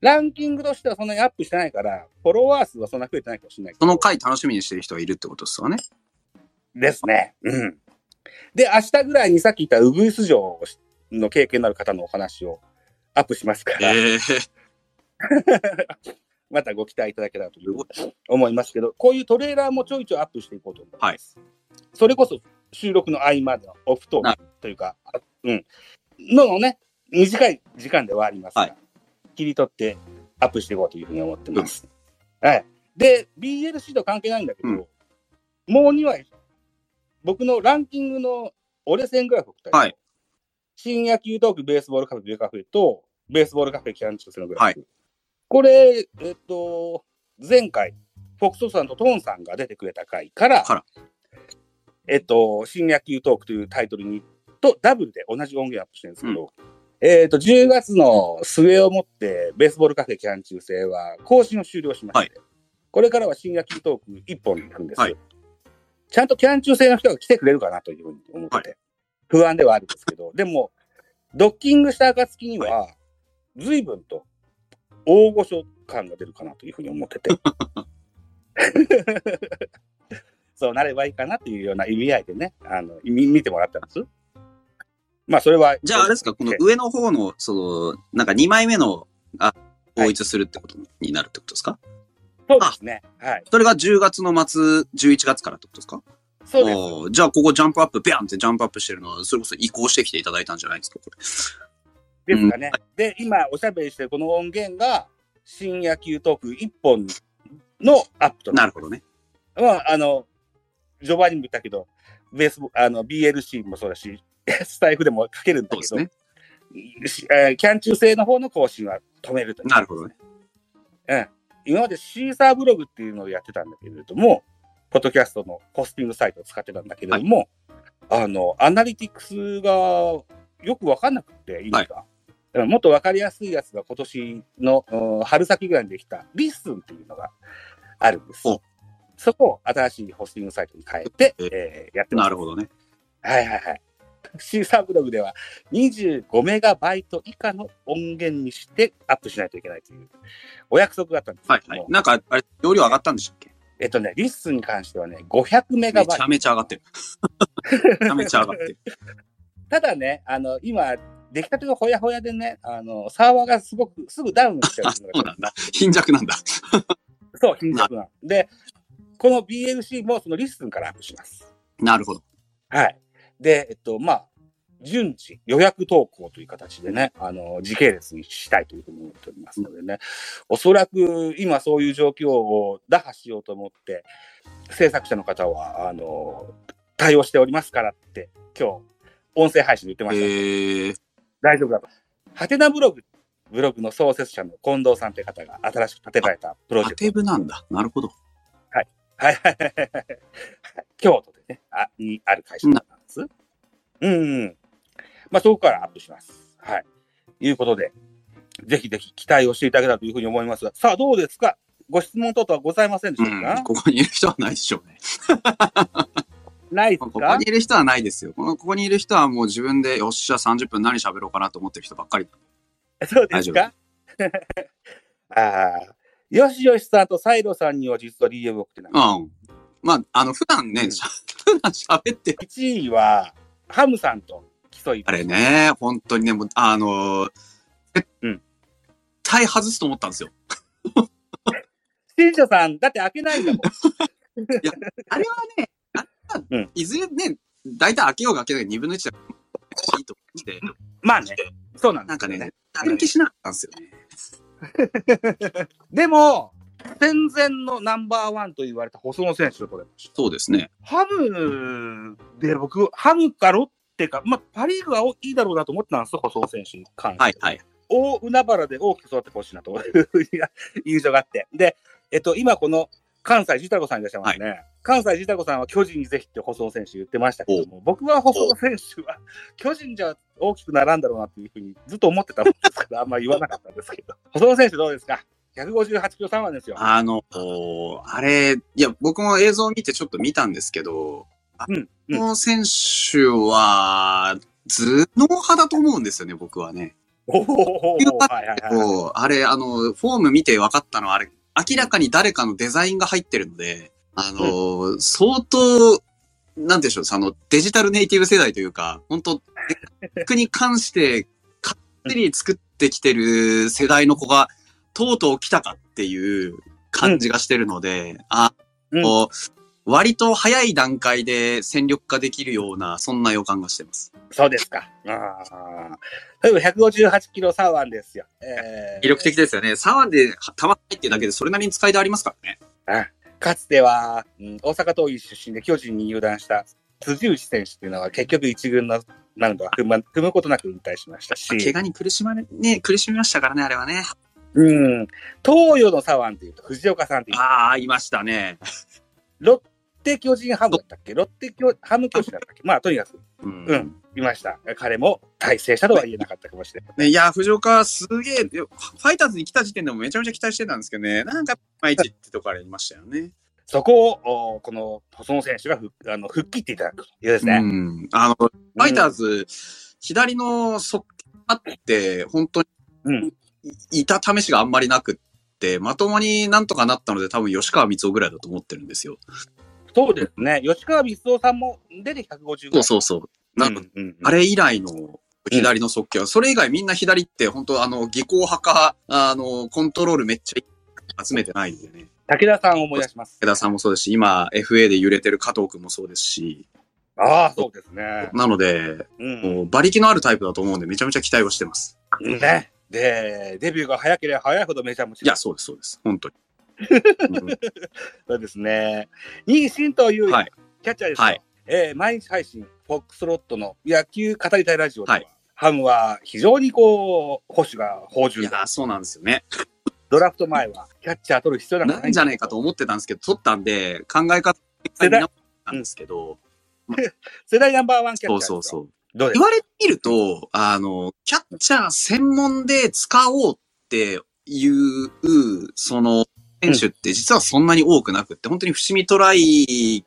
[SPEAKER 1] ランキングとしてはそんなにアップしてないから、フォロワー数はそんな増えてないかもしれないけ
[SPEAKER 2] そ
[SPEAKER 1] ど
[SPEAKER 2] の回楽しみにしてる人がいるってことですよね。
[SPEAKER 1] ですね。うん。で、明日ぐらいにさっき言ったウグイス城の経験のある方のお話をアップしますから、
[SPEAKER 2] ええ
[SPEAKER 1] またご期待いただけたらと思いますけど、こういうトレーラーもちょいちょいアップしていこうと思います。それこそ収録の合間のオフトー
[SPEAKER 2] な
[SPEAKER 1] クというか、あうん、のね、短い時間ではありますが、
[SPEAKER 2] はい
[SPEAKER 1] 切り取ってアップしていこうというふうに思ってます。はい。で、BLC と関係ないんだけど、
[SPEAKER 2] うん
[SPEAKER 1] もう2枚、僕のランキングの折れ線グラフを送ったり
[SPEAKER 2] はい
[SPEAKER 1] 新野球トーク、ベースボールカフェ、ビューカフェと、ベースボールカフェ、キャンチュースのグラフ。
[SPEAKER 2] はい
[SPEAKER 1] これ、えっと、前回、フォクソさんとトーンさんが出てくれた回から、
[SPEAKER 2] から
[SPEAKER 1] えっと、新野球トークというタイトルに、とダブルで同じ音源アップしてるんですけど、えっと、10月の末をもって、ベースボールカフェキャン中制は更新を終了しまして、これからは新野球トーク1本に行くんですよ。
[SPEAKER 2] はい
[SPEAKER 1] ちゃんとキャン中制の人が来てくれるかなというふうに思ってて、不安ではあるんですけど、でも、ドッキングした暁には、随分と大御所感が出るかなというふうに思って て。そうなればいいかなというような意味合いでね、あの、み見てもらったんです。まあ、それは。
[SPEAKER 2] じゃああれですか、この上の方の、その、なんか2枚目の、あ、統一するってことになるってことですか、
[SPEAKER 1] そうですね。はい。
[SPEAKER 2] それが10月の末、11月からってことですか
[SPEAKER 1] そうです。
[SPEAKER 2] おーじゃあここジャンプアップ、ビャンってジャンプアップしてるのは、それこそ移行してきていただいたんじゃないですか、これ。
[SPEAKER 1] ですかね。で、今おしゃべりしてるこの音源が、新野球トーク1本のアップと。
[SPEAKER 2] なるほどね。
[SPEAKER 1] まあ、あの、序盤にも言ったけど、ベースボ、あの、BLC もそうだし、 スタイフでもかけるんだ
[SPEAKER 2] そうで
[SPEAKER 1] け
[SPEAKER 2] す
[SPEAKER 1] ど、
[SPEAKER 2] ね。
[SPEAKER 1] しえーキャン中制の方の更新は止めるという。
[SPEAKER 2] なるほどね。
[SPEAKER 1] 今までシーサーブログっていうのをやってたんだけれども、ポッドキャストのホスティングサイトを使ってたんだけれども、あの、アナリティクスがよくわかんなくて、意味が。だからもっとわかりやすいやつが今年のうん春先ぐらいにできたリスンっていうのがあるんです
[SPEAKER 2] お。
[SPEAKER 1] そこを新しいホスティングサイトに変えて、
[SPEAKER 2] え
[SPEAKER 1] えーやってます。
[SPEAKER 2] なるほどね。
[SPEAKER 1] はいはいはい。シーサーブログでは25メガバイト以下の音源にしてアップしないといけないというお約束だったんですけ
[SPEAKER 2] はい
[SPEAKER 1] ども、
[SPEAKER 2] はい。なんか、あれ、容量上がったんでしたっけ
[SPEAKER 1] えっとね、リッスンに関してはね、500メガバ
[SPEAKER 2] め
[SPEAKER 1] イ
[SPEAKER 2] ち
[SPEAKER 1] ト
[SPEAKER 2] ゃ。めちゃ上がってる。めちゃめちゃ上が ってる。
[SPEAKER 1] ただね、あの、今、出来たてがほやほやでね、あの、サーバーがすごく、すぐダウンしちゃう
[SPEAKER 2] あ、
[SPEAKER 1] って
[SPEAKER 2] そ
[SPEAKER 1] いうの
[SPEAKER 2] な
[SPEAKER 1] が
[SPEAKER 2] んだ。貧弱なんだ。
[SPEAKER 1] そう、貧弱なの。で、この BLC もそのリッスンからアップします。
[SPEAKER 2] なるほど。
[SPEAKER 1] はい。で、えっと、まあ、順次、予約投稿という形でね、あの、時系列にしたいというふうに思っておりますのでね、おそらく今そういう状況を打破しようと思って、制作者の方は、あの、対応しておりますからって、今日、音声配信で言ってましたね。
[SPEAKER 2] へえー。
[SPEAKER 1] 大丈夫だと。ハテナブログ、ブログの創設者の近藤さんという方が新しく立てられたプロジ
[SPEAKER 2] ア
[SPEAKER 1] ェクト。
[SPEAKER 2] テブなんだ。なるほど。
[SPEAKER 1] はいはいはいはいはい。京都でね、あにある会社なんです。うん、うん。まあそこからアップします。はい。いうことで、ぜひぜひ期待をしていただけたらというふうに思いますが、さあどうですかご質問等々はございませんで
[SPEAKER 2] う
[SPEAKER 1] したか
[SPEAKER 2] ん。、ここにいる人はないでしょうね。
[SPEAKER 1] ないです
[SPEAKER 2] ここ
[SPEAKER 1] か
[SPEAKER 2] にいる人はないですよ。この、ここにいる人はもう自分で、よっしゃ、30分何喋ろうかなと思ってる人ばっかり。
[SPEAKER 1] そうですかああ。よしよしさんとサイロさんには実は DM を送ってない。
[SPEAKER 2] うん。まあ、あの、普段
[SPEAKER 1] う
[SPEAKER 2] ね、
[SPEAKER 1] ん
[SPEAKER 2] しゃ 普段喋ってる。
[SPEAKER 1] 1位は、ハムさんと競い
[SPEAKER 2] あれね、本当にね、もう、あのー、絶
[SPEAKER 1] うん
[SPEAKER 2] 対外すと思ったんですよ。
[SPEAKER 1] 新庄さん、だって開けないんだもん。
[SPEAKER 2] あれはね、あれは
[SPEAKER 1] うん
[SPEAKER 2] いずれね、大体開けようが開けない2分の1だからいいと思って、
[SPEAKER 1] まあね。そうなん
[SPEAKER 2] な
[SPEAKER 1] で
[SPEAKER 2] ん
[SPEAKER 1] すよ
[SPEAKER 2] かね、誰も気しなかったんですよね。
[SPEAKER 1] でも、戦前のナンバーワンと言われた細野選手でございました。
[SPEAKER 2] そうですね。
[SPEAKER 1] ハムで僕、ハムかロッテか、まあ、パ・リーグはいいだろうなと思ってたんですよ、細野選手に関して。
[SPEAKER 2] はいはい。
[SPEAKER 1] 大海原で大きく育ってほしいなと いういや友情があって。で、えっと、今この関西ジ太郎さんいらっしゃいますね。関西ジ太郎さんは巨人にぜひって細野選手言ってましたけども、僕は細野選手は巨人じゃ大きくならんだろうなっていうふうにずっと思ってたもんですから、あんまり言わなかったんですけど。 細野選手どうですか ?158 キロ3番ですよ。
[SPEAKER 2] あの、おーあれ、いや、僕も映像を見てちょっと見たんですけど、あ
[SPEAKER 1] うんうん
[SPEAKER 2] の選手は、頭脳派だと思うんですよね、僕はね。
[SPEAKER 1] おお
[SPEAKER 2] いうパ
[SPEAKER 1] はいはいはい。
[SPEAKER 2] こうあれ、あの、フォーム見て分かったのは、あれ、明らかに誰かのデザインが入ってるので、あの、相当、なんでしょう、その、デジタルネイティブ世代というか、本当テクに関して、勝手に作ってきてる世代の子が、とうとう来たかっていう感じがしてるので、あ
[SPEAKER 1] うん
[SPEAKER 2] こう割と早い段階で戦力化できるような、そんな予感がしてます。
[SPEAKER 1] そうですか。ああ。例えば158キロ3番ですよ。えー
[SPEAKER 2] 魅力的ですよね。サワンで溜まってっていうだけで、それなりに使いでありますからね。
[SPEAKER 1] かつては、うん大阪桐蔭出身で巨人に入団した辻内選手っていうのは結局一軍のマウンドは踏,、ま、踏むことなく引退しました
[SPEAKER 2] 怪
[SPEAKER 1] し、
[SPEAKER 2] 我に苦しまれ、ね、苦しみましたからね、あれはね。
[SPEAKER 1] うん、東洋の左腕っていうと藤岡さんっていう、
[SPEAKER 2] ああ、いましたね。
[SPEAKER 1] ロッテ巨人ハムだったっけロッテ巨ハム巨人だったっけまあとにかく
[SPEAKER 2] うん
[SPEAKER 1] うんいました。彼も大成したとは言えなかったかもしれない。
[SPEAKER 2] ねいや、藤岡すげえ、ファイターズに来た時点でもめちゃめちゃ期待してたんですけどね、なんか、いまいちってとこありましたよね。
[SPEAKER 1] そこを、おこの細野選手がふあの吹っ切っていただくというですね。
[SPEAKER 2] うん。あの、ファイターズ、左の速球あって、本当に
[SPEAKER 1] うん
[SPEAKER 2] いた試しがあんまりなくって、まともになんとかなったので、多分吉川光夫ぐらいだと思ってるんですよ。
[SPEAKER 1] そうですね。吉川光夫さんも出て150ぐ
[SPEAKER 2] そ
[SPEAKER 1] ら
[SPEAKER 2] う
[SPEAKER 1] い。
[SPEAKER 2] そうそう。なんか
[SPEAKER 1] うんうんうん
[SPEAKER 2] あれ以来の左の速球、それ以外みんな左って、本当あの、技巧派か、あの、コントロールめっちゃ集めてないんでね。
[SPEAKER 1] 武田さんを思い出します。
[SPEAKER 2] 江田さんもそうですし、今、FA で揺れてる加藤君もそうですし、
[SPEAKER 1] ああ、そうですね。
[SPEAKER 2] なので、
[SPEAKER 1] うん。
[SPEAKER 2] もう馬力のあるタイプだと思うんで、めちゃめちゃ期待をしてます。
[SPEAKER 1] ね。で、デビューが早ければ早いほどメジャーも
[SPEAKER 2] いや、そうです、そうです。本当に。うん
[SPEAKER 1] そうですね。ニーシンという
[SPEAKER 2] はい
[SPEAKER 1] キャッチャーですよ。
[SPEAKER 2] はい
[SPEAKER 1] えー毎日配信、フォックスロットの野球語りたいラジオでは、
[SPEAKER 2] はい
[SPEAKER 1] ハムは非常にこう、保守が豊
[SPEAKER 2] い
[SPEAKER 1] 充
[SPEAKER 2] や
[SPEAKER 1] で、
[SPEAKER 2] ー、そうなんですよね。
[SPEAKER 1] ドラフト前はキャッチャー取る必要なんか
[SPEAKER 2] なんじゃねえかと。思ってたんですけど、取ったんで、考え方
[SPEAKER 1] 世代
[SPEAKER 2] なんですけど、
[SPEAKER 1] 世代ナンバーワンキャッ
[SPEAKER 2] そう
[SPEAKER 1] チャーですよ。
[SPEAKER 2] そうそう。
[SPEAKER 1] どうで
[SPEAKER 2] 言
[SPEAKER 1] すか
[SPEAKER 2] われてみると、あの、キャッチャー専門で使おうっていう、その、選手って実はそんなに多くなくって、本当に伏見トライ、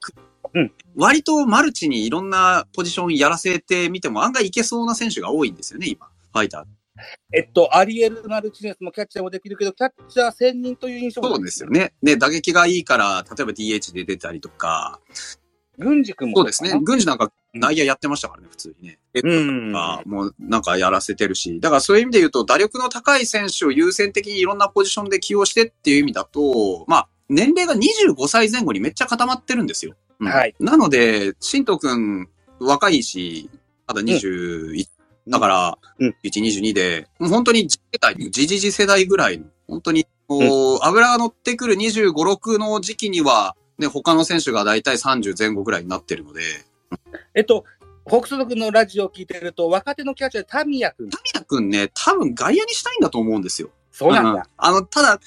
[SPEAKER 1] うん
[SPEAKER 2] 割とマルチにいろんなポジションやらせてみても案外いけそうな選手が多いんですよね、今、ファイター。
[SPEAKER 1] えっと、アリエル・マルチネスもキャッチャーもできるけど、キャッチャー専任という印象も
[SPEAKER 2] そうですよね。で、打撃がいいから、例えば DH で出たりとか、
[SPEAKER 1] 軍司君も
[SPEAKER 2] そうですね
[SPEAKER 1] か。な
[SPEAKER 2] 軍事なんか内野やってましたからね、普通にね。
[SPEAKER 1] うん。
[SPEAKER 2] が、もうなんかやらせてるし、だからそういう意味で言うと、打力の高い選手を優先的にいろんなポジションで起用してっていう意味だと、まあ、年齢が25歳前後にめっちゃ固まってるんですよ。うん
[SPEAKER 1] はい
[SPEAKER 2] なので、新藤くん、若いし、まだ21、だから、
[SPEAKER 1] うん
[SPEAKER 2] 1、22で、もう本当に次世代、じじじ世代ぐらいの、本当に、こう油が乗ってくる25、6の時期には、ね、他の選手がだいたい30前後ぐらいになってるので、
[SPEAKER 1] えっと、ホークス族のラジオを聞いてると、若手のキャッチャーでタミヤ君。
[SPEAKER 2] タミヤくんね、多分外野にしたいんだと思うんですよ。
[SPEAKER 1] そうなん
[SPEAKER 2] うん
[SPEAKER 1] だ。
[SPEAKER 2] あの、ただ、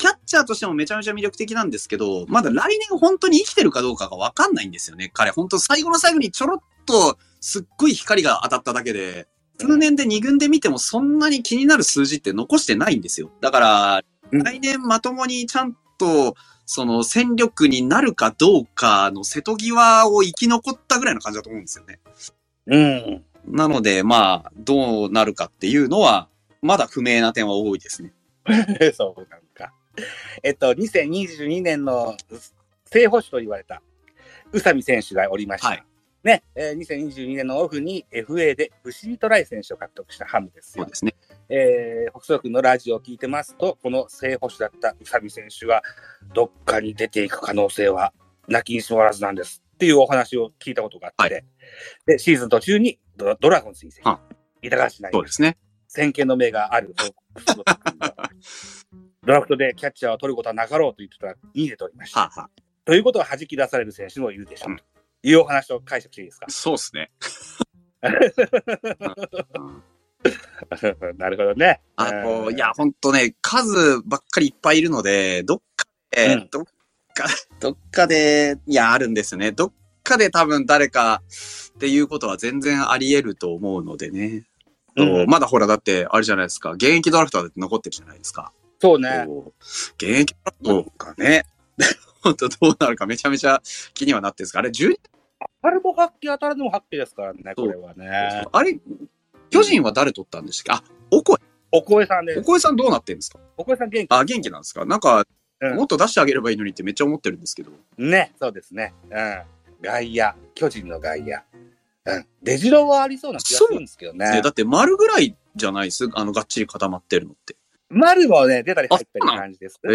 [SPEAKER 2] キャッチャーとしてもめちゃめちゃ魅力的なんですけど、まだ来年本当に生きてるかどうかがわかんないんですよね。彼、本当最後の最後にちょろっとすっごい光が当たっただけで、数年で2軍で見てもそんなに気になる数字って残してないんですよ。だから、
[SPEAKER 1] うん
[SPEAKER 2] 来年まともにちゃんと、その戦力になるかどうかの瀬戸際を生き残ったぐらいの感じだと思うんですよね。
[SPEAKER 1] うん。
[SPEAKER 2] なので、まあ、どうなるかっていうのは、まだ不明な点は多いですね。
[SPEAKER 1] そうなんか。えっと、2022年の正捕手と言われた宇佐美選手がおりました。
[SPEAKER 2] はい
[SPEAKER 1] ね、えー2022年のオフに FA で伏見トライ選手を獲得したハムです
[SPEAKER 2] そう
[SPEAKER 1] よ。
[SPEAKER 2] ですね。
[SPEAKER 1] えー、北斗君のラジオを聞いてますと、この正捕手だった宇佐美選手がどっかに出ていく可能性はなきにしもあらずなんですっていうお話を聞いたことがあって、
[SPEAKER 2] は
[SPEAKER 1] でシーズン途中にドドラゴンズに移籍
[SPEAKER 2] は
[SPEAKER 1] 板橋内
[SPEAKER 2] そうですね。
[SPEAKER 1] 先見の目がある北斗君のドラフトでキャッチャーを取ることはなかろうと言ってたら2で取りました。
[SPEAKER 2] はあ、は
[SPEAKER 1] ということは弾き出される選手もいるでしょ
[SPEAKER 2] う
[SPEAKER 1] うんというお話を解釈していいですか
[SPEAKER 2] あ、そうですね。
[SPEAKER 1] なるほどね。
[SPEAKER 2] あの、
[SPEAKER 1] うん
[SPEAKER 2] いや、ほんとね、数ばっかりいっぱいいるので、どっかで、
[SPEAKER 1] うん
[SPEAKER 2] どっか、どっかで、いや、あるんですよね。どっかで多分誰かっていうことは全然あり得ると思うのでね。
[SPEAKER 1] うん
[SPEAKER 2] まだほら、だって、あれじゃないですか。現役ドラフトはだって残ってるじゃないですか。
[SPEAKER 1] そうね。
[SPEAKER 2] こう現役ドラフトがね、 ほんとどうなるかめちゃめちゃ気にはなってるんですか。あれ、12
[SPEAKER 1] 当たるも発揮、当たらぬも発揮ですからね、これはね。
[SPEAKER 2] あれ、巨人は誰取ったんでしたっけあ、おこ
[SPEAKER 1] お声さんで
[SPEAKER 2] え、お
[SPEAKER 1] す。
[SPEAKER 2] こえさんどうなってるんですか
[SPEAKER 1] お声さん元気
[SPEAKER 2] あ、元気なんですかなんか、
[SPEAKER 1] うん
[SPEAKER 2] もっと出してあげればいいのにってめっちゃ思ってるんですけど。
[SPEAKER 1] ね、そうですね。うん。外野、巨人の外野。うん。出城はありそうな気がするんですけどね
[SPEAKER 2] ね、。だって丸ぐらいじゃないですあの、がっちり固まってるのって。
[SPEAKER 1] 丸もね、出たり入ったり
[SPEAKER 2] あそうな
[SPEAKER 1] の
[SPEAKER 2] の
[SPEAKER 1] 感じです。
[SPEAKER 2] へえ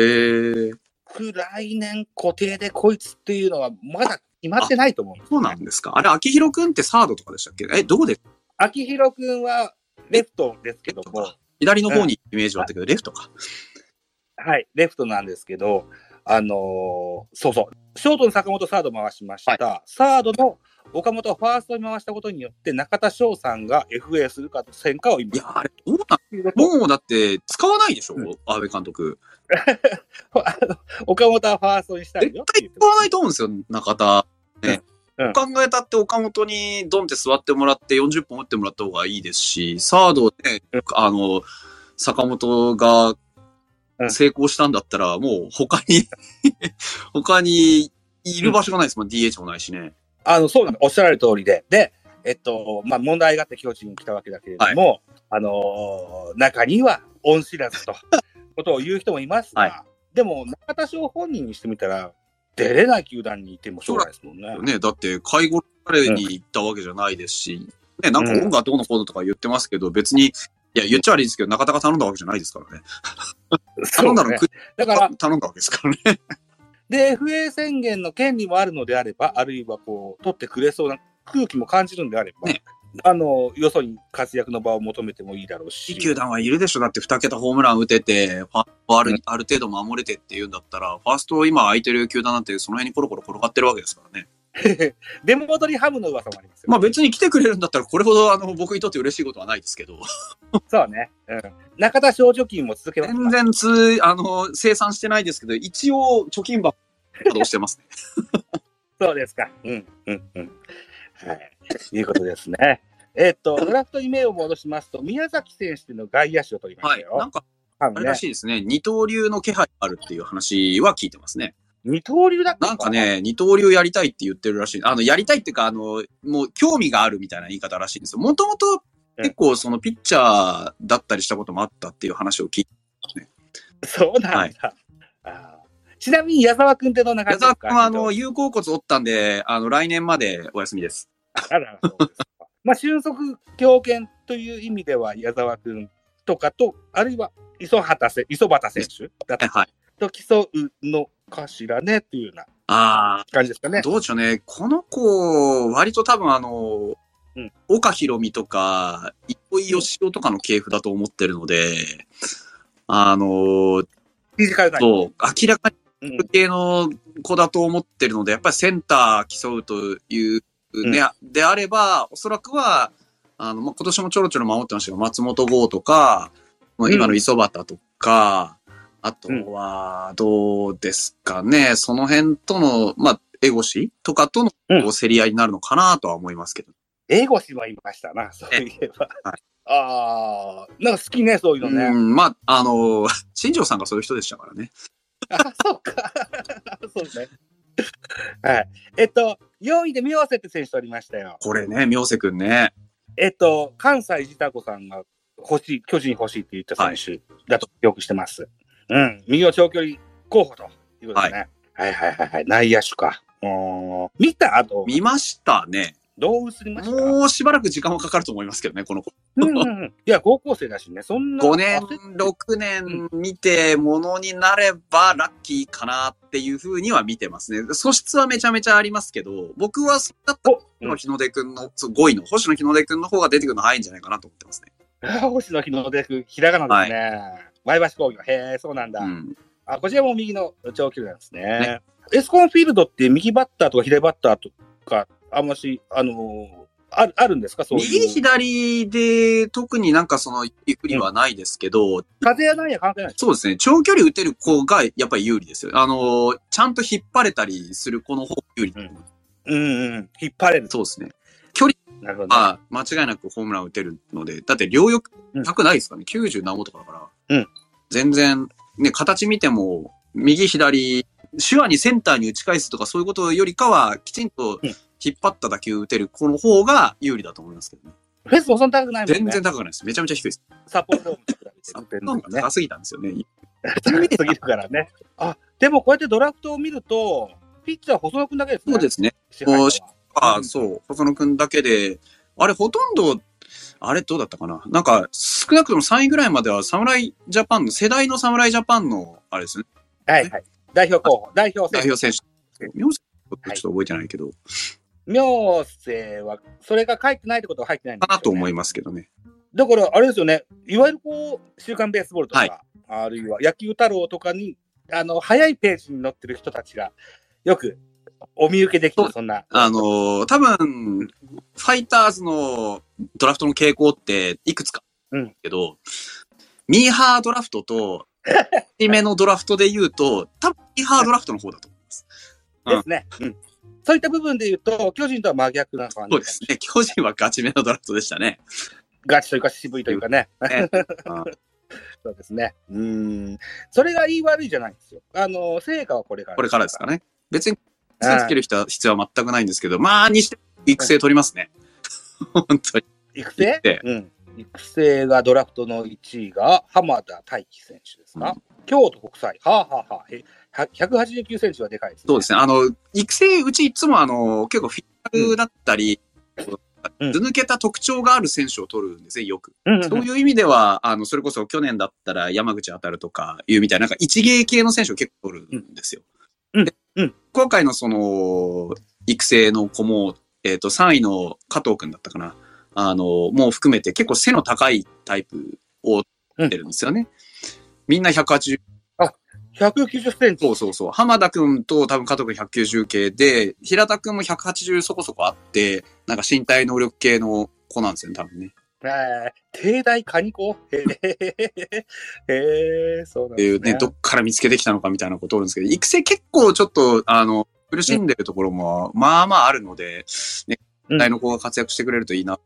[SPEAKER 2] ー、
[SPEAKER 1] 僕、来年固定でこいつっていうのは、まだ決まってないと思う。
[SPEAKER 2] そうなんですかあれ、秋広くんってサードとかでしたっけえ、どこで
[SPEAKER 1] 秋広くんは、レフトですけ
[SPEAKER 2] レ
[SPEAKER 1] ど
[SPEAKER 2] フト
[SPEAKER 1] も
[SPEAKER 2] か、。左の方にイメージはあったけど、レフトか。
[SPEAKER 1] はい、レフトなんですけど、あのーそうそう、ショートの坂本サード回しました、サードの岡本はファーストに回したことによって、中田翔さんが FA するかと戦かを
[SPEAKER 2] い
[SPEAKER 1] 今、
[SPEAKER 2] や、あれ、どうなんもうだって、使わないでしょ、安倍監督。
[SPEAKER 1] あの 岡本はファーストにしたい
[SPEAKER 2] 絶
[SPEAKER 1] よって言
[SPEAKER 2] 対
[SPEAKER 1] って
[SPEAKER 2] 使
[SPEAKER 1] ま
[SPEAKER 2] わないと思うんですよ、中田。ね。
[SPEAKER 1] うんうん
[SPEAKER 2] どう考えたって岡本にドンって座ってもらって40本打ってもらった方がいいですし、サードで、
[SPEAKER 1] うん
[SPEAKER 2] あの、坂本が
[SPEAKER 1] うん
[SPEAKER 2] 成功したんだったら、もう他に、 他にいる場所がないですもん、DH もないしね。
[SPEAKER 1] あのそうなんですおっしゃられる通りで、で、えっと、まあ、問題があって巨人に来たわけだけれども、あのー中には恩知らずと、 ことを言う人もいますが、
[SPEAKER 2] はい
[SPEAKER 1] でも、中田翔本人にしてみたら、出れない球団にいてもしょうがないですもんね。
[SPEAKER 2] ね、だって、介護彼に行ったわけじゃないですし、ね、なんか音がどうのこうのとか言ってますけど、別に、いや、言っちゃ悪いですけど、中田が頼んだわけじゃないですからね。
[SPEAKER 1] そうね
[SPEAKER 2] 頼んだの、国
[SPEAKER 1] だから
[SPEAKER 2] が、頼んだわけですからね。
[SPEAKER 1] で、FA 宣言の権利もあるのであれば、あるいはこう、取ってくれそうな空気も感じるんであれば、
[SPEAKER 2] ね
[SPEAKER 1] あの、よそに活躍の場を求めてもいいだろうし
[SPEAKER 2] いい、球団はいるでしょ。だって2桁ホームラン打てて、ファーストあるある程度守れてっていうんだったら、ファースト今空いてる球団なんてその辺にコロコロ転がってるわけですからね。
[SPEAKER 1] 出戻りハムの噂もありますよ。
[SPEAKER 2] まあ別に来てくれるんだったらこれほどあの僕にとって嬉しいことはないですけど、
[SPEAKER 1] そうね。うん。中田賞貯金も続けます
[SPEAKER 2] 全然つ、あの、生産してないですけど、一応貯金箱稼働してます ね。
[SPEAKER 1] そうですか。うん、うん、うん。はい。ということですね。 えっと、ドラフトに目を戻しますと、宮崎選手の外野手を取りまし
[SPEAKER 2] は
[SPEAKER 1] た
[SPEAKER 2] い
[SPEAKER 1] よ。。
[SPEAKER 2] なんか
[SPEAKER 1] 多分
[SPEAKER 2] あれ
[SPEAKER 1] ね
[SPEAKER 2] らしいですね。二刀流の気配あるっていう話は聞いてますね。
[SPEAKER 1] 二刀流だった
[SPEAKER 2] なんか、ね、二刀流やりたいって言ってるらしい。あの、やりたいっていうか、あの、もう興味があるみたいな言い方らしいんですよ。もともと結構そのピッチャーだったりしたこともあったっていう話を聞いて、
[SPEAKER 1] そうなんだ。あーちなみに矢沢君ってどんな感
[SPEAKER 2] 矢
[SPEAKER 1] じです
[SPEAKER 2] 沢
[SPEAKER 1] か
[SPEAKER 2] 君はあの、有効骨折ったんで、あの、来年までお休みです。
[SPEAKER 1] あら、そうですか。まあ、俊足強肩という意味では、矢沢君とかと、あるいは磯畑せ磯畑選手だ
[SPEAKER 2] はい
[SPEAKER 1] と
[SPEAKER 2] はい。
[SPEAKER 1] と競うのかしらねっていうような
[SPEAKER 2] あ
[SPEAKER 1] 感じですか
[SPEAKER 2] あ、
[SPEAKER 1] ね。
[SPEAKER 2] どうでしょうね。この子、割と多分あの、
[SPEAKER 1] うん
[SPEAKER 2] 岡博美とか、糸井義雄とかの系譜だと思ってるので、あの、
[SPEAKER 1] フィジカルな
[SPEAKER 2] そう、明らかに
[SPEAKER 1] うん
[SPEAKER 2] 系の子だと思ってるので、やっぱりセンター競うという、ね、であれば、おそらくは、あの、まあ、今年もちょろちょろ守ってましたけど、松本剛とか、もう今の磯端とか、あとは、どうですかね、その辺との、まあ、エゴシとかとの
[SPEAKER 1] うん
[SPEAKER 2] こう競り合いになるのかなとは思いますけど。
[SPEAKER 1] 英語しもいましたな、そういえば。
[SPEAKER 2] は
[SPEAKER 1] ああ、なんか好きね、そういうのね。
[SPEAKER 2] うん、まあ、あの、新庄さんがそういう人でしたからね。
[SPEAKER 1] あ、そうか。 そうね。はい。えっと、4位で明瀬って選手とりましたよ。
[SPEAKER 2] これね、明瀬くんね。
[SPEAKER 1] えっと、関西ジタコさんが欲しい、巨人欲しいって言った選手だと記憶してます。うん。右の長距離候補ということですね。はい、はい、はいはい。内野手か。うーん見た後、
[SPEAKER 2] 見ましたね。
[SPEAKER 1] どう映りました
[SPEAKER 2] もうしばらく時間はかかると思いますけどね、この子。
[SPEAKER 1] うんうんうんいや、高校生だしね、そんな。
[SPEAKER 2] 5年
[SPEAKER 1] 焦っ、
[SPEAKER 2] 6年見て、ものになればラッキーかなっていうふうには見てますね。素質はめちゃめちゃありますけど、僕はそれだったら、星野日の出くんの、そう5位の、星野日の出くんの方が出てくるの早いんじゃないかなと思ってますね。
[SPEAKER 1] あ星野日の出く、ひらがなですね。前橋工業。へえ、そうなんだ。
[SPEAKER 2] うん。
[SPEAKER 1] あ、こちらも右の長距離なんですね。エスコンフィールドって右バッターとか左バッターとか、あんまし、あのーある、あるんですかそういう。
[SPEAKER 2] 右左で特になんかその、ゆっくりはないですけど、
[SPEAKER 1] 風やなんや関係ないです。
[SPEAKER 2] そうですね。長距離打てる子がやっぱり有利ですよ。あの、ちゃんと引っ張れたりする子の方が有利。
[SPEAKER 1] うんうんうん。引っ張れる。
[SPEAKER 2] そうですね。
[SPEAKER 1] なるほど、ね。
[SPEAKER 2] まあ、間違いなくホームラン打てるので、だって両翼高くないですかね。90何本とかだから。
[SPEAKER 1] うん
[SPEAKER 2] 全然、ね、形見ても、右左、手話にセンターに打ち返すとかそういうことよりかは、きちんと
[SPEAKER 1] うん
[SPEAKER 2] 引っ張った打球打てる子の方が有利だと思いますけどね。
[SPEAKER 1] フェンスもそんな高くないもんね。
[SPEAKER 2] 全然高くないです。めちゃめちゃ低いです。
[SPEAKER 1] サポートームと比べて
[SPEAKER 2] あ
[SPEAKER 1] 打点
[SPEAKER 2] なん
[SPEAKER 1] の
[SPEAKER 2] か
[SPEAKER 1] ね
[SPEAKER 2] 高。すぎたんですよね。
[SPEAKER 1] 高すぎるからね。あ、でもこうやってドラフトを見ると、ピッチャー細野くんだけですね。
[SPEAKER 2] そうですね。
[SPEAKER 1] 支配者は
[SPEAKER 2] もうあそう、細野くんだけで、あれほとんど、あれどうだったかななんか、少なくとも3位ぐらいまでは侍ジャパンの、世代の侍ジャパンの、あれですね、
[SPEAKER 1] はいはい。代表候補、代表
[SPEAKER 2] 代
[SPEAKER 1] 選手。
[SPEAKER 2] 表選手。名字ちょっと覚えてないけど、
[SPEAKER 1] 明星は、それが書いてないってことは入ってないんで
[SPEAKER 2] か
[SPEAKER 1] すよね
[SPEAKER 2] なと思いますけどね。
[SPEAKER 1] だから、あれですよね、いわゆるこう、週刊ベースボールとか、あるいは野球太郎とかに、あの、早いページに載ってる人たちが、よくお見受けでき
[SPEAKER 2] そ
[SPEAKER 1] る、
[SPEAKER 2] う
[SPEAKER 1] そんな。
[SPEAKER 2] あのー多分、ファイターズのドラフトの傾向っていくつか。
[SPEAKER 1] うん
[SPEAKER 2] けど、ミーハードラフトと、低めのドラフトで言う と、多分ミーハードラフトの方だと思います。うん
[SPEAKER 1] ですね。うん。そういった部分で言うと、巨人とは真逆な感じ。
[SPEAKER 2] そうですね。巨人はガチめのドラフトでし たね。
[SPEAKER 1] ガチというか渋いというかね。
[SPEAKER 2] ねうん
[SPEAKER 1] そうですね。うん。それが言い悪いじゃないんですよ。あの、成果はこれから。
[SPEAKER 2] これからですかね。別に、つ
[SPEAKER 1] うん
[SPEAKER 2] つける人は必要は全くないんですけど、まあ、にして、育成取り ますね。本当に。
[SPEAKER 1] 育成
[SPEAKER 2] 育成
[SPEAKER 1] うん。育成がドラフトの1位が浜田大輝選手ですか、京都国際。はあ、はあはあ、え189センチはでかいです、ね。
[SPEAKER 2] そうですね。あの、育成、うちいつも、あの、結構フィジカルだったり、
[SPEAKER 1] うん
[SPEAKER 2] 図抜けた特徴がある選手を取るんですね、よく。
[SPEAKER 1] うんうんうん
[SPEAKER 2] そういう意味では、あの、それこそ去年だったら山口当たるとかいうみたいな、なんか一芸系の選手を結構取るんですよ。
[SPEAKER 1] うん
[SPEAKER 2] で
[SPEAKER 1] うん
[SPEAKER 2] 今回のその、育成の子も、えっ、と、3位の加藤くんだったかな。あの、もう含めて結構背の高いタイプを取ってるんですよね。みんな180、
[SPEAKER 1] 190センチ。
[SPEAKER 2] そうそうそう。浜田くんと多分加藤くん190系で、平田くんも180そこそこあって、なんか身体能力系の子なんですよね、多分ね。
[SPEAKER 1] えー、帝大カニコへえ、へえ、そうなん
[SPEAKER 2] って
[SPEAKER 1] で
[SPEAKER 2] い
[SPEAKER 1] す
[SPEAKER 2] うね、
[SPEAKER 1] ね。
[SPEAKER 2] どっから見つけてきたのかみたいなことあるんですけど、育成結構ちょっと、あの、苦しんでるところも、まあまああるので、ね、
[SPEAKER 1] うん
[SPEAKER 2] 世代の子が活躍してくれるといいな。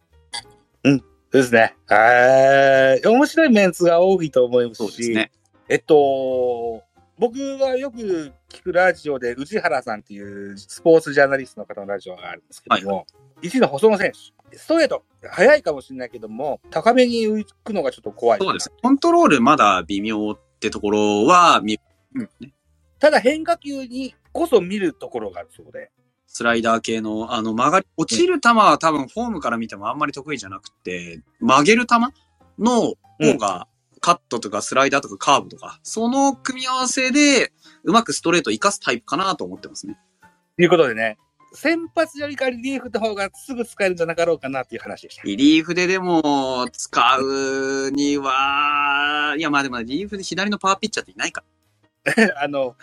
[SPEAKER 1] ですね。えー、面白いメンツが多いと思いますし。
[SPEAKER 2] そうですね。
[SPEAKER 1] えっと、僕がよく聞くラジオで、宇治原さんっていうスポーツジャーナリストの方のラジオがあるんですけども、1位の細野選手、ストレート、速いかもしれないけども、高めに浮くのがちょっと怖い。
[SPEAKER 2] そうです。コントロールまだ微妙ってところは、み
[SPEAKER 1] ただ変化球にこそ見るところがあるそうで、
[SPEAKER 2] スライダー系の、あの、曲がり、落ちる球は多分フォームから見てもあんまり得意じゃなくて、曲げる球の方が、カットとかスライダーとかカーブとか、その組み合わせで、うまくストレート活かすタイプかなと思ってますね。
[SPEAKER 1] ということでね、先発よりかリリーフの方がすぐ使えるんじゃなかろうかなっていう話でした。
[SPEAKER 2] リリーフででも使うには、いやまあでもリリーフで左のパワーピッチャーっていないか
[SPEAKER 1] あの、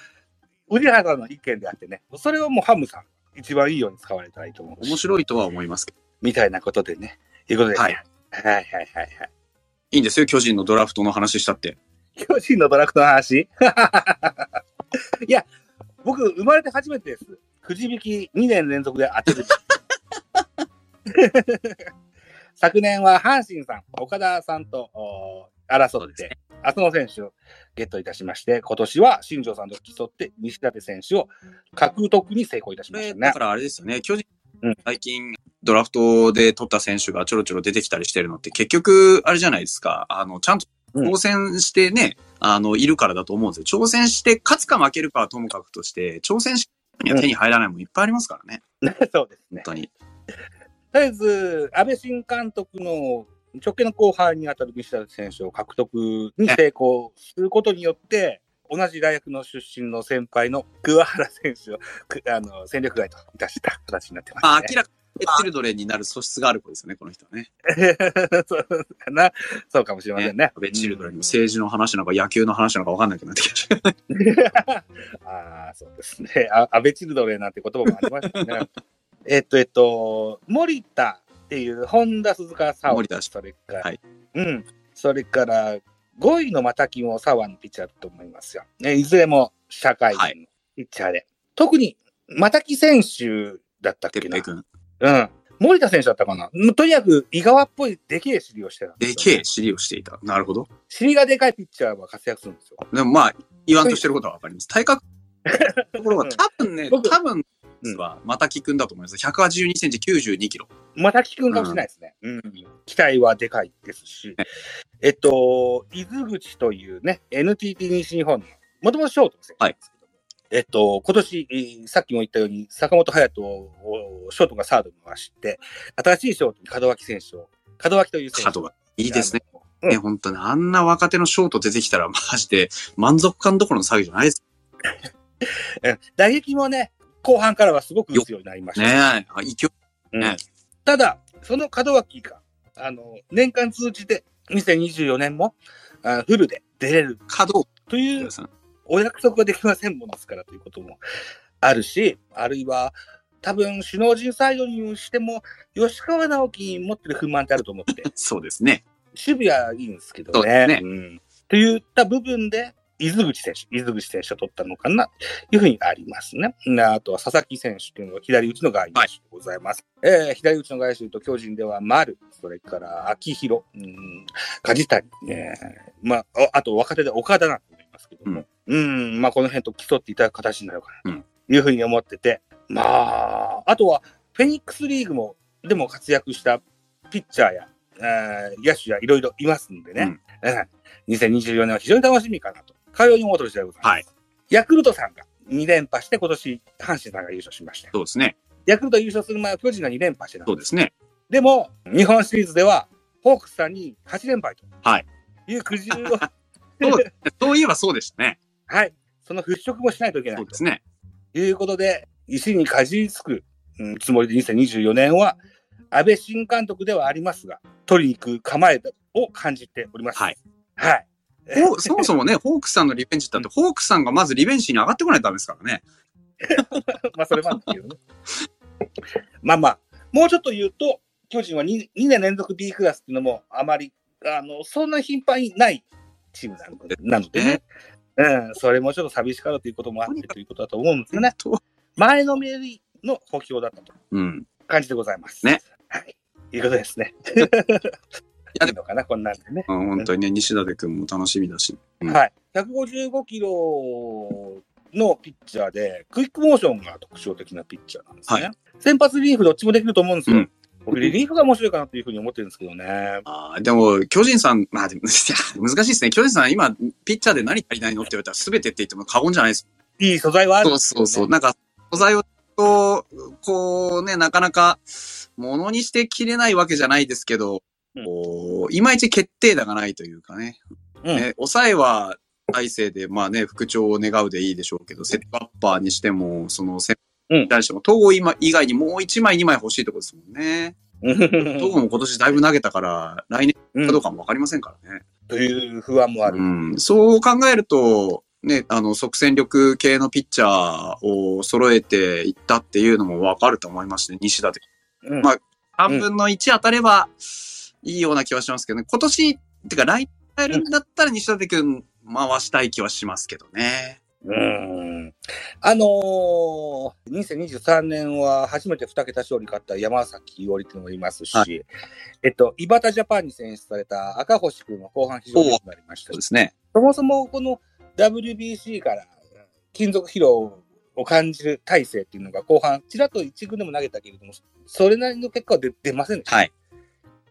[SPEAKER 1] 宇治原さんの意見であってね、それをもうハムさん、一番いいように使われたらいいと思う
[SPEAKER 2] ら
[SPEAKER 1] し。
[SPEAKER 2] 面白いとは思いますけど。
[SPEAKER 1] みたいなことでね、いうことで、
[SPEAKER 2] はい
[SPEAKER 1] はいはいはいはい。
[SPEAKER 2] いいんですよ、巨人のドラフトの話したって。
[SPEAKER 1] 巨人のドラフトの話 いや、僕、生まれて初めてです。くじ引き2年連続で当 てる。 昨年は阪神さん、岡田さんとお争
[SPEAKER 2] そう
[SPEAKER 1] っ
[SPEAKER 2] ですね
[SPEAKER 1] て、浅野選手をゲットいたしまして、今年は新庄さんと競って、西舘選手を獲得に成功いたし
[SPEAKER 2] こ
[SPEAKER 1] まし
[SPEAKER 2] れ
[SPEAKER 1] たね
[SPEAKER 2] だか。らあれですよね、巨人
[SPEAKER 1] うん、
[SPEAKER 2] 最近ドラフトで取った選手がちょろちょろ出てきたりしてるのって結局、あれじゃないですか、あの、ちゃんと
[SPEAKER 1] うん
[SPEAKER 2] 挑戦してね、あの、いるからだと思うんですよ。挑戦して、勝つか負けるかはともかくとして、挑戦しには手に入らないもんいっぱいありますからね、
[SPEAKER 1] そうですね
[SPEAKER 2] 本。当に。
[SPEAKER 1] とりあえず、安倍新監督の直系の後輩にあたる西田選手を獲得に成功することによって、同じ大学の出身の先輩の桑原選手をくあの戦力外といたした形になってます、ね。
[SPEAKER 2] あ、明らかにチルドレンになる素質がある子ですよね、この人はね。
[SPEAKER 1] そうかな。そうかもしれませんね。
[SPEAKER 2] ベチルドレンにも政治の話なのか野球の話なのか分かんなくなってきました。
[SPEAKER 1] ああ、そうですね。あ安倍チルドレンなんて言葉もありましたね。 えっと、えっと、森田っていう、本田鈴鹿沙
[SPEAKER 2] 森田
[SPEAKER 1] それから、
[SPEAKER 2] はい
[SPEAKER 1] うん。それから、5位のまたきも沢のピッチャーだと思いますよ。ね、いずれも社会人のピッチャーで。特に、またき選手だったっけ
[SPEAKER 2] てっ
[SPEAKER 1] な
[SPEAKER 2] ぺ。くん。
[SPEAKER 1] うん。森田選手だったかな。うんとにかく、井川っぽいでけえ尻をしてたん
[SPEAKER 2] です
[SPEAKER 1] よ
[SPEAKER 2] けえ尻をしていた。なるほど。
[SPEAKER 1] 尻がでかいピッチャーは活躍するんですよ。
[SPEAKER 2] でもまあ、言わんとしてることはわかります。体格ところが多分ね、
[SPEAKER 1] 僕
[SPEAKER 2] 多分は、またきくんだと思います。182センチ、92キロ。
[SPEAKER 1] また聞くんかもしれないですね。うん。期待はでかいですし
[SPEAKER 2] ね。
[SPEAKER 1] えっと、伊豆口というね、NTT 西日本の、もともとショートの選手なんですけども、えっと、今年、えーさっきも言ったように、坂本隼人をショートがサードに回して、新しいショートに門脇選手を、門脇という選手。
[SPEAKER 2] 角が。いいですね。
[SPEAKER 1] あの。
[SPEAKER 2] ね、本当にあんな若手のショート出てきたら、マジで満足感どころの詐欺じゃないです
[SPEAKER 1] うん打撃もね、後半からはすごく打つようになりました。
[SPEAKER 2] ね。あ、勢い。
[SPEAKER 1] うんただ、その門脇が、あの、年間通じて、2024年も、あフルで出れる
[SPEAKER 2] 角
[SPEAKER 1] という
[SPEAKER 2] をさん。
[SPEAKER 1] お約束ができませんものですからということもあるし、あるいは、多分首脳陣サイドにしても、吉川直樹に持ってる不満ってあると思って、
[SPEAKER 2] そうですね。
[SPEAKER 1] 守備はいいんですけど
[SPEAKER 2] そうで
[SPEAKER 1] ね。
[SPEAKER 2] すね
[SPEAKER 1] うんといった部分で、伊豆口選手、伊豆口選手を取ったのかな、というふうにありますね。なあとは佐々木選手というのは左打ちの外野手でございます。えー左打ちの外野手と巨人では丸、それから秋広、うん、梶谷、えーまあ、ああと若手で岡田なんて思いますけども、うん、まあこの辺と競っていただく形になるかな、というふうに思ってて、まあ、あとはフェニックスリーグも、でも活躍したピッチャーや、えー野手やいろいろいますんでね、
[SPEAKER 2] うん
[SPEAKER 1] うん2024年は非常に楽しみかなと、かように思うとしてでございます。
[SPEAKER 2] はい。
[SPEAKER 1] ヤクルトさんが2連覇して、今年、阪神さんが優勝しました。
[SPEAKER 2] そうですね。
[SPEAKER 1] ヤクルト優勝する前は巨人が2連覇してたん
[SPEAKER 2] そうですね。
[SPEAKER 1] でも、日本シリーズでは、ホークスさんに8連敗と。
[SPEAKER 2] はい。
[SPEAKER 1] いう苦渋を、
[SPEAKER 2] そうですねそういえばそうでしたね。
[SPEAKER 1] はい。その払拭もしないといけな
[SPEAKER 2] そ
[SPEAKER 1] いう
[SPEAKER 2] ですね。
[SPEAKER 1] ということで、石にかじりつく、うんつもりで2024年は、安倍新監督ではありますが、取りに行く構えを感じております。
[SPEAKER 2] はい。
[SPEAKER 1] はい。
[SPEAKER 2] ほうそもそもね、ホークスさんのリベンジだって、ホークスさんがまずリベンジに上がってこないとダメですからね。
[SPEAKER 1] まあ、それもあるんですけどね。 まあまあ、もうちょっと言うと、巨人は 2, 2年連続 B クラスっていうのも、あまり、あの、そんな頻繁にないチームなのでなのでね。うん、それもちょっと寂しからということもあってということだと思うんですよね。
[SPEAKER 2] と
[SPEAKER 1] 前のめりの補強だったと
[SPEAKER 2] うん。い
[SPEAKER 1] 感じでございます。
[SPEAKER 2] ね。
[SPEAKER 1] はい。いうことですね。
[SPEAKER 2] や、
[SPEAKER 1] い
[SPEAKER 2] で
[SPEAKER 1] いの
[SPEAKER 2] も、
[SPEAKER 1] かな、こんなんでね。
[SPEAKER 2] うん本当にね、西舘君も楽しみだし。うん
[SPEAKER 1] はい。155キロのピッチャーで、クイックモーションが特徴的なピッチャーなんですね。
[SPEAKER 2] は
[SPEAKER 1] 先発リリーフどっちもできると思うんですよ。
[SPEAKER 2] うん
[SPEAKER 1] 僕、リリーフが面白いかなというふうに思ってるんですけどね。
[SPEAKER 2] あーでも、巨人さん、まあでも、いや難しいですね。巨人さん、今、ピッチャーで何足りないのって言われたら、全てって言っても過言じゃないです。
[SPEAKER 1] いい素材はあるん
[SPEAKER 2] そう
[SPEAKER 1] ですよね
[SPEAKER 2] そうそう。なんか、素材を、こう、こうね、なかなか、ものにしてきれないわけじゃないですけど、
[SPEAKER 1] うん
[SPEAKER 2] こういまいち決定打がないというかね。
[SPEAKER 1] うん
[SPEAKER 2] ね抑えは、大勢で、まあね、復調を願うでいいでしょうけど、セットアッパーにしても、その、先
[SPEAKER 1] うん
[SPEAKER 2] 輩に対しても、統合今以外にもう1枚、2枚欲しいところですもんね。統合も今年だいぶ投げたから、来年
[SPEAKER 1] うん
[SPEAKER 2] かどうかもわかりませんからね。
[SPEAKER 1] という不安もある。
[SPEAKER 2] うん、そう考えると、ね、あの、即戦力系のピッチャーを揃えていったっていうのもわかると思いまして、西田で。
[SPEAKER 1] うん
[SPEAKER 2] まあ半分の1当たればいいような気はしますけどね。今年、ってか来年えるんだったら西舘くん回したい気はしますけどね。
[SPEAKER 1] うんあのー、2023年は初めて2桁勝利勝った山崎伊織君もいますし、
[SPEAKER 2] は
[SPEAKER 1] えっと、井端ジャパンに選出された赤星君も後半非常に良くなりました
[SPEAKER 2] そう
[SPEAKER 1] し
[SPEAKER 2] で、すね。
[SPEAKER 1] そもそもこの WBC から金属疲労を感じる体制っていうのが後半、ちらっと1軍でも投げたけれども、それなりの結果は出出ませんでした。
[SPEAKER 2] はい。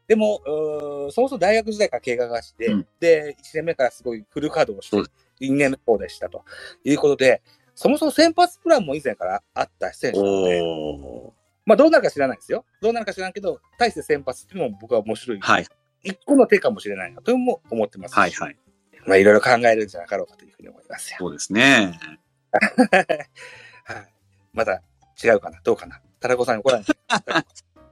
[SPEAKER 1] でも、うーそもそも大学時代から怪我がして、
[SPEAKER 2] うん
[SPEAKER 1] で、1年目からすごいフル稼働をして、
[SPEAKER 2] そう
[SPEAKER 1] 2年目こうでしたということで、そもそも先発プランも以前からあった選手なので、
[SPEAKER 2] おー。
[SPEAKER 1] まあどうなるか知らないですよ。どうなるか知らんけど、大して先発っていうのも僕は面白い。
[SPEAKER 2] はい、
[SPEAKER 1] 一個の手かもしれないなとも思ってます。
[SPEAKER 2] はい、はい。
[SPEAKER 1] まあ、いろいろ考えるんじゃなかろうかというふうに思い ますよ。
[SPEAKER 2] そうですね。
[SPEAKER 1] はい。まだ違うかなどうかなタラコさんに怒られない。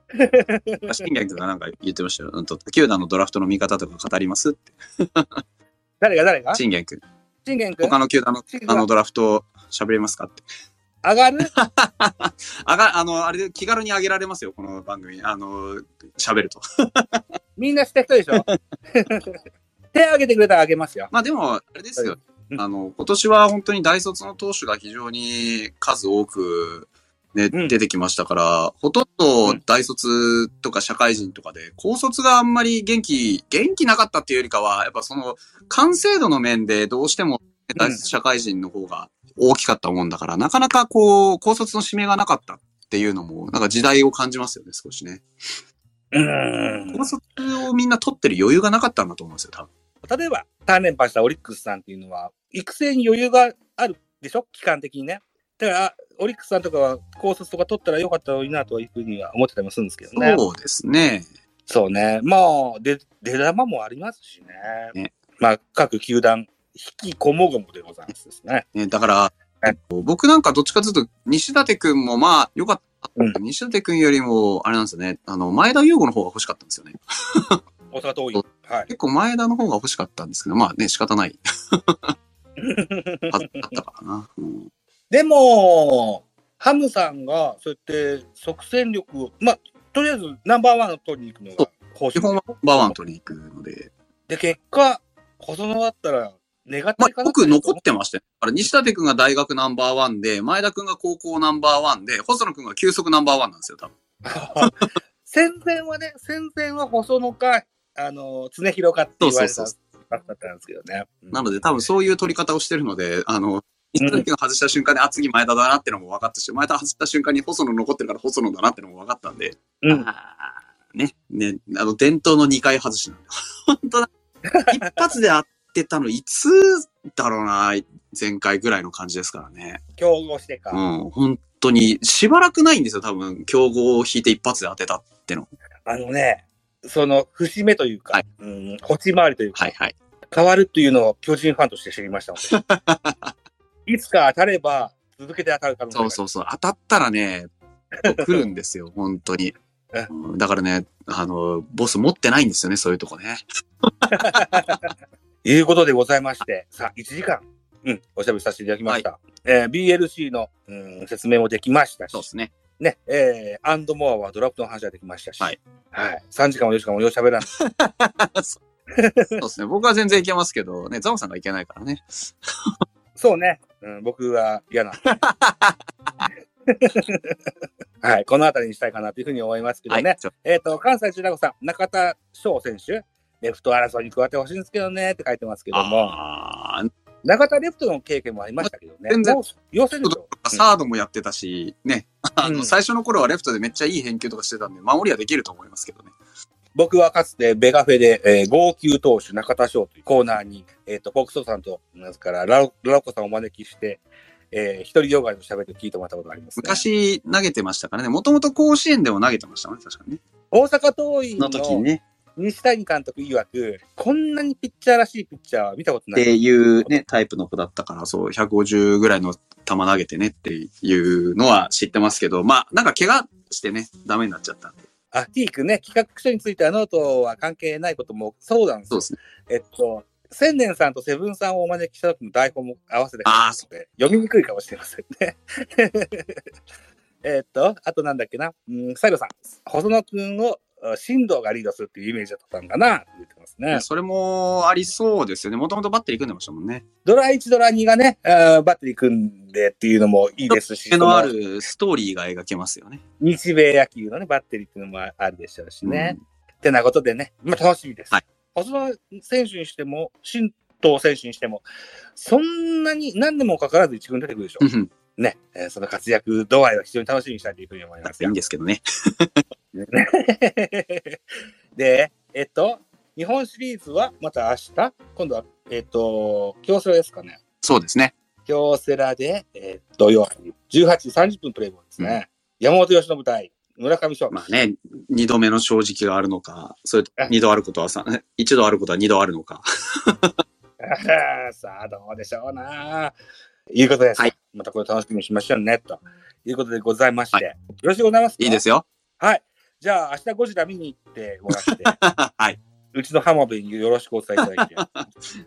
[SPEAKER 2] 新垣がなんか言ってましたよ。うんと、他球団のドラフトの見方とか語りますって。
[SPEAKER 1] 誰が誰が
[SPEAKER 2] 新垣君。
[SPEAKER 1] 信玄君
[SPEAKER 2] 他の球団の
[SPEAKER 1] 信
[SPEAKER 2] あの
[SPEAKER 1] 玄
[SPEAKER 2] ドラフト喋れますかって。
[SPEAKER 1] 上がる
[SPEAKER 2] あが、あの、あれで気軽に上げられますよ、この番組。あの、喋ると。
[SPEAKER 1] みんな知った人でし ょ手挙げてくれたらあげますよ。
[SPEAKER 2] まあでも、あれですよ。
[SPEAKER 1] うん
[SPEAKER 2] あの、今年は本当に大卒の投手が非常に数多く、ね、
[SPEAKER 1] うん
[SPEAKER 2] 出てきましたから、ほとんど大卒とか社会人とかで、高卒があんまり元気、元気なかったっていうよりかは、やっぱその、完成度の面でどうしても、ね大卒社会人の方が大きかったもんだから、なかなかこう、高卒の指名がなかったっていうのも、なんか時代を感じますよね、少しね。
[SPEAKER 1] うーん
[SPEAKER 2] 高卒をみんな取ってる余裕がなかったんだと思うんですよ、多分。
[SPEAKER 1] 例えば、3連覇したオリックスさんっていうのは、育成に余裕があるでしょ期間的にね。だから、オリックスさんとかは高卒とか取ったらよかったのになというふうには思ってたりもするんですけどね。
[SPEAKER 2] そうですね。
[SPEAKER 1] そうね。まあ、で出玉もありますしね。
[SPEAKER 2] ね
[SPEAKER 1] まあ、各球団、引きこもごもでございますですね。
[SPEAKER 2] ね、だから、僕なんかどっちかというと、西舘くんもまあ、良かった。
[SPEAKER 1] うん
[SPEAKER 2] 西舘くんよりも、あれなんですよね。あの、前田優吾の方が欲しかったんですよね。
[SPEAKER 1] 大阪桐蔭。はい。
[SPEAKER 2] 結構前田の方が欲しかったんですけど、まあね、仕 方ない。ああったからな。うん
[SPEAKER 1] でも、ハムさんが、そうやって即戦力を、まあ、とりあえずナンバーワンを取りに行くのが方
[SPEAKER 2] 基
[SPEAKER 1] 針
[SPEAKER 2] 本はバーワン取りに行くので。
[SPEAKER 1] で、結果、細野だったら、願って
[SPEAKER 2] ま
[SPEAKER 1] い
[SPEAKER 2] あ、
[SPEAKER 1] かな
[SPEAKER 2] 僕残 ってましたよ。だから西舘くんが大学ナンバーワンで、前田くんが高校ナンバーワンで、細野くんが休息ナンバーワンなんですよ、多分。
[SPEAKER 1] 戦前はね、戦前は細野か、あの、常広かって言われた
[SPEAKER 2] そうそう
[SPEAKER 1] だったんですけどね。うん
[SPEAKER 2] なので、多分そういう取り方をしてるので、あの、西舘くんが外した瞬間に、あ、次前田だなってのも分かったし、前田外した瞬間に細野残ってるから細野だなってのも分かったんで、
[SPEAKER 1] うん。
[SPEAKER 2] あーね、ね、あの、伝統の2回外しなんだ。 本当だ。一発で当てたのいつだろうな、前回ぐらいの感じですからね。
[SPEAKER 1] 競合してか。
[SPEAKER 2] うん、本当に、しばらくないんですよ、多分、競合を引いて一発で当てたっての。
[SPEAKER 1] あのね、その、節目というか、
[SPEAKER 2] はい
[SPEAKER 1] うん、星回りというか、
[SPEAKER 2] はいはい。
[SPEAKER 1] 変わるというのを巨人ファンとして知りましたの で。いつか当たれば、続けて当たる可能性が
[SPEAKER 2] そ
[SPEAKER 1] あ
[SPEAKER 2] う
[SPEAKER 1] る
[SPEAKER 2] そうそう、当たったらね、来るんで すよ、本当に。うんだからね、あの、ボス持ってないんですよね、そういうとこね。
[SPEAKER 1] いうことでございまして、さあ、1時間、うん、おしゃべりさせていただきました。えー BLC の、うん、説明もできましたし
[SPEAKER 2] そう、ですね。
[SPEAKER 1] ね、えーアンドモアはドラフトの話ができましたし、
[SPEAKER 2] はい。
[SPEAKER 1] はい。3時間も4時間もようしゃべらん。
[SPEAKER 2] そうですね。僕は全然いけますけど、ね、ザオさんがいけないからね。
[SPEAKER 1] そうね。うん、僕は嫌 な。はい。このあたりにしたいかなというふうに思いますけどね。
[SPEAKER 2] はい。ちょ
[SPEAKER 1] えっ、と、関西中学さん、中田翔選手、レフト争いに加わってほしいんですけどね、って書いてますけども、
[SPEAKER 2] あー
[SPEAKER 1] 中田レフトの経験もありましたけどね。
[SPEAKER 2] 全然
[SPEAKER 1] もう。要するにですよ、
[SPEAKER 2] サードもやってたし、ね、あ
[SPEAKER 1] うん
[SPEAKER 2] の、最初の頃はレフトでめっちゃいい返球とかしてたんで、守りはできると思いますけどね。
[SPEAKER 1] 僕はかつてベガフェで、えー号泣投手中田翔というコーナーに、えっ、と、フォークソーさんと、なんですから、ラロラロコさんをお招きして、えー、一人業界の喋りを聞いてもらったことがあります、ね。
[SPEAKER 2] 昔投げてましたからね、もともと甲子園でも投げてましたもんね、確かにね。
[SPEAKER 1] 大阪桐蔭
[SPEAKER 2] の時に
[SPEAKER 1] の
[SPEAKER 2] ね、
[SPEAKER 1] 西谷監督曰く、こんなにピッチャーらしいピッチャーは見たこと
[SPEAKER 2] っ
[SPEAKER 1] ない。
[SPEAKER 2] ていうね、タイプの子だったから、そう、150ぐらいの球投げてねっていうのは知ってますけど、まあ、なんか怪我してね、ダメになっちゃったんで。
[SPEAKER 1] あ、ティークね、企画書についてはノートは関係ないこともそうなんです
[SPEAKER 2] そう
[SPEAKER 1] よ
[SPEAKER 2] で。すね。
[SPEAKER 1] えっと、千年さんとセブンさんをお招きした時の台本も合わせて
[SPEAKER 2] あーそ
[SPEAKER 1] て読みにくいかもしれませんね。 えっと、あとなんだっけな、うん、最後さん、細野くんをあ進藤がリードするっていうイメージだったんかな、って言ってますね。
[SPEAKER 2] それもありそうですよね。もともとバッテリー組んでましたもんね。
[SPEAKER 1] ドラ1、ドラ2がね、あーバッテリー組んでっていうのもいいですし、
[SPEAKER 2] 手のあ
[SPEAKER 1] その
[SPEAKER 2] るストーリーが描けますよね。
[SPEAKER 1] 日米野球のね、バッテリーっていうのもあるでしょうしね。
[SPEAKER 2] うん
[SPEAKER 1] ってなことでね、まあ、楽しみです。
[SPEAKER 2] はい
[SPEAKER 1] 細野選手にしても、新藤選手にしても、そんなに何でもかからず一軍出てくるでしょ
[SPEAKER 2] う。んうん。
[SPEAKER 1] ね、えーその活躍度合いは非常に楽しみにしたいというふうに思い
[SPEAKER 2] だ
[SPEAKER 1] ま
[SPEAKER 2] っ
[SPEAKER 1] す
[SPEAKER 2] ていい
[SPEAKER 1] よ
[SPEAKER 2] ん。ですけどね。
[SPEAKER 1] で、えっと、日本シリーズはまた明日、今度は、えっと、京セラですかね。
[SPEAKER 2] そうですね。
[SPEAKER 1] 京セラで、えっと、曜日、18時30分プレイボールですね。山本由伸対村上翔
[SPEAKER 2] まあね、二度目の 正直があるのか、それと二度あることはさ、一度あることは二度あるのか。
[SPEAKER 1] えー さあ、どうでしょうな。いうことです。
[SPEAKER 2] はい
[SPEAKER 1] またこれ楽しみにしましょうね、ということでございまして。よろしくございますか
[SPEAKER 2] いいですよ。
[SPEAKER 1] はい。じゃあ、明日ゴジラ見に行 ってもらって、
[SPEAKER 2] はい。
[SPEAKER 1] うちの浜辺によろしくお伝えいただい て。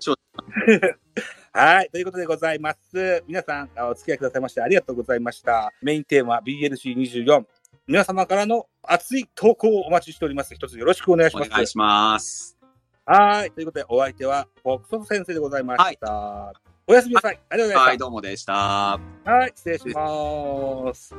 [SPEAKER 2] 承
[SPEAKER 1] はい。ということでございます。皆さん、あお付き合いくださいましてありがとうございました。メインテーマ BLC24。皆様からの熱い投稿をお待ちしております。一つよろしくお願いし
[SPEAKER 2] お
[SPEAKER 1] ます。
[SPEAKER 2] 願いします。
[SPEAKER 1] はい。ということで、お相手は、ポクソフ先生でございました。おやすみなさい。ありがとうござ
[SPEAKER 2] はいい、
[SPEAKER 1] まし
[SPEAKER 2] どうもでした。
[SPEAKER 1] た。はい。失礼します。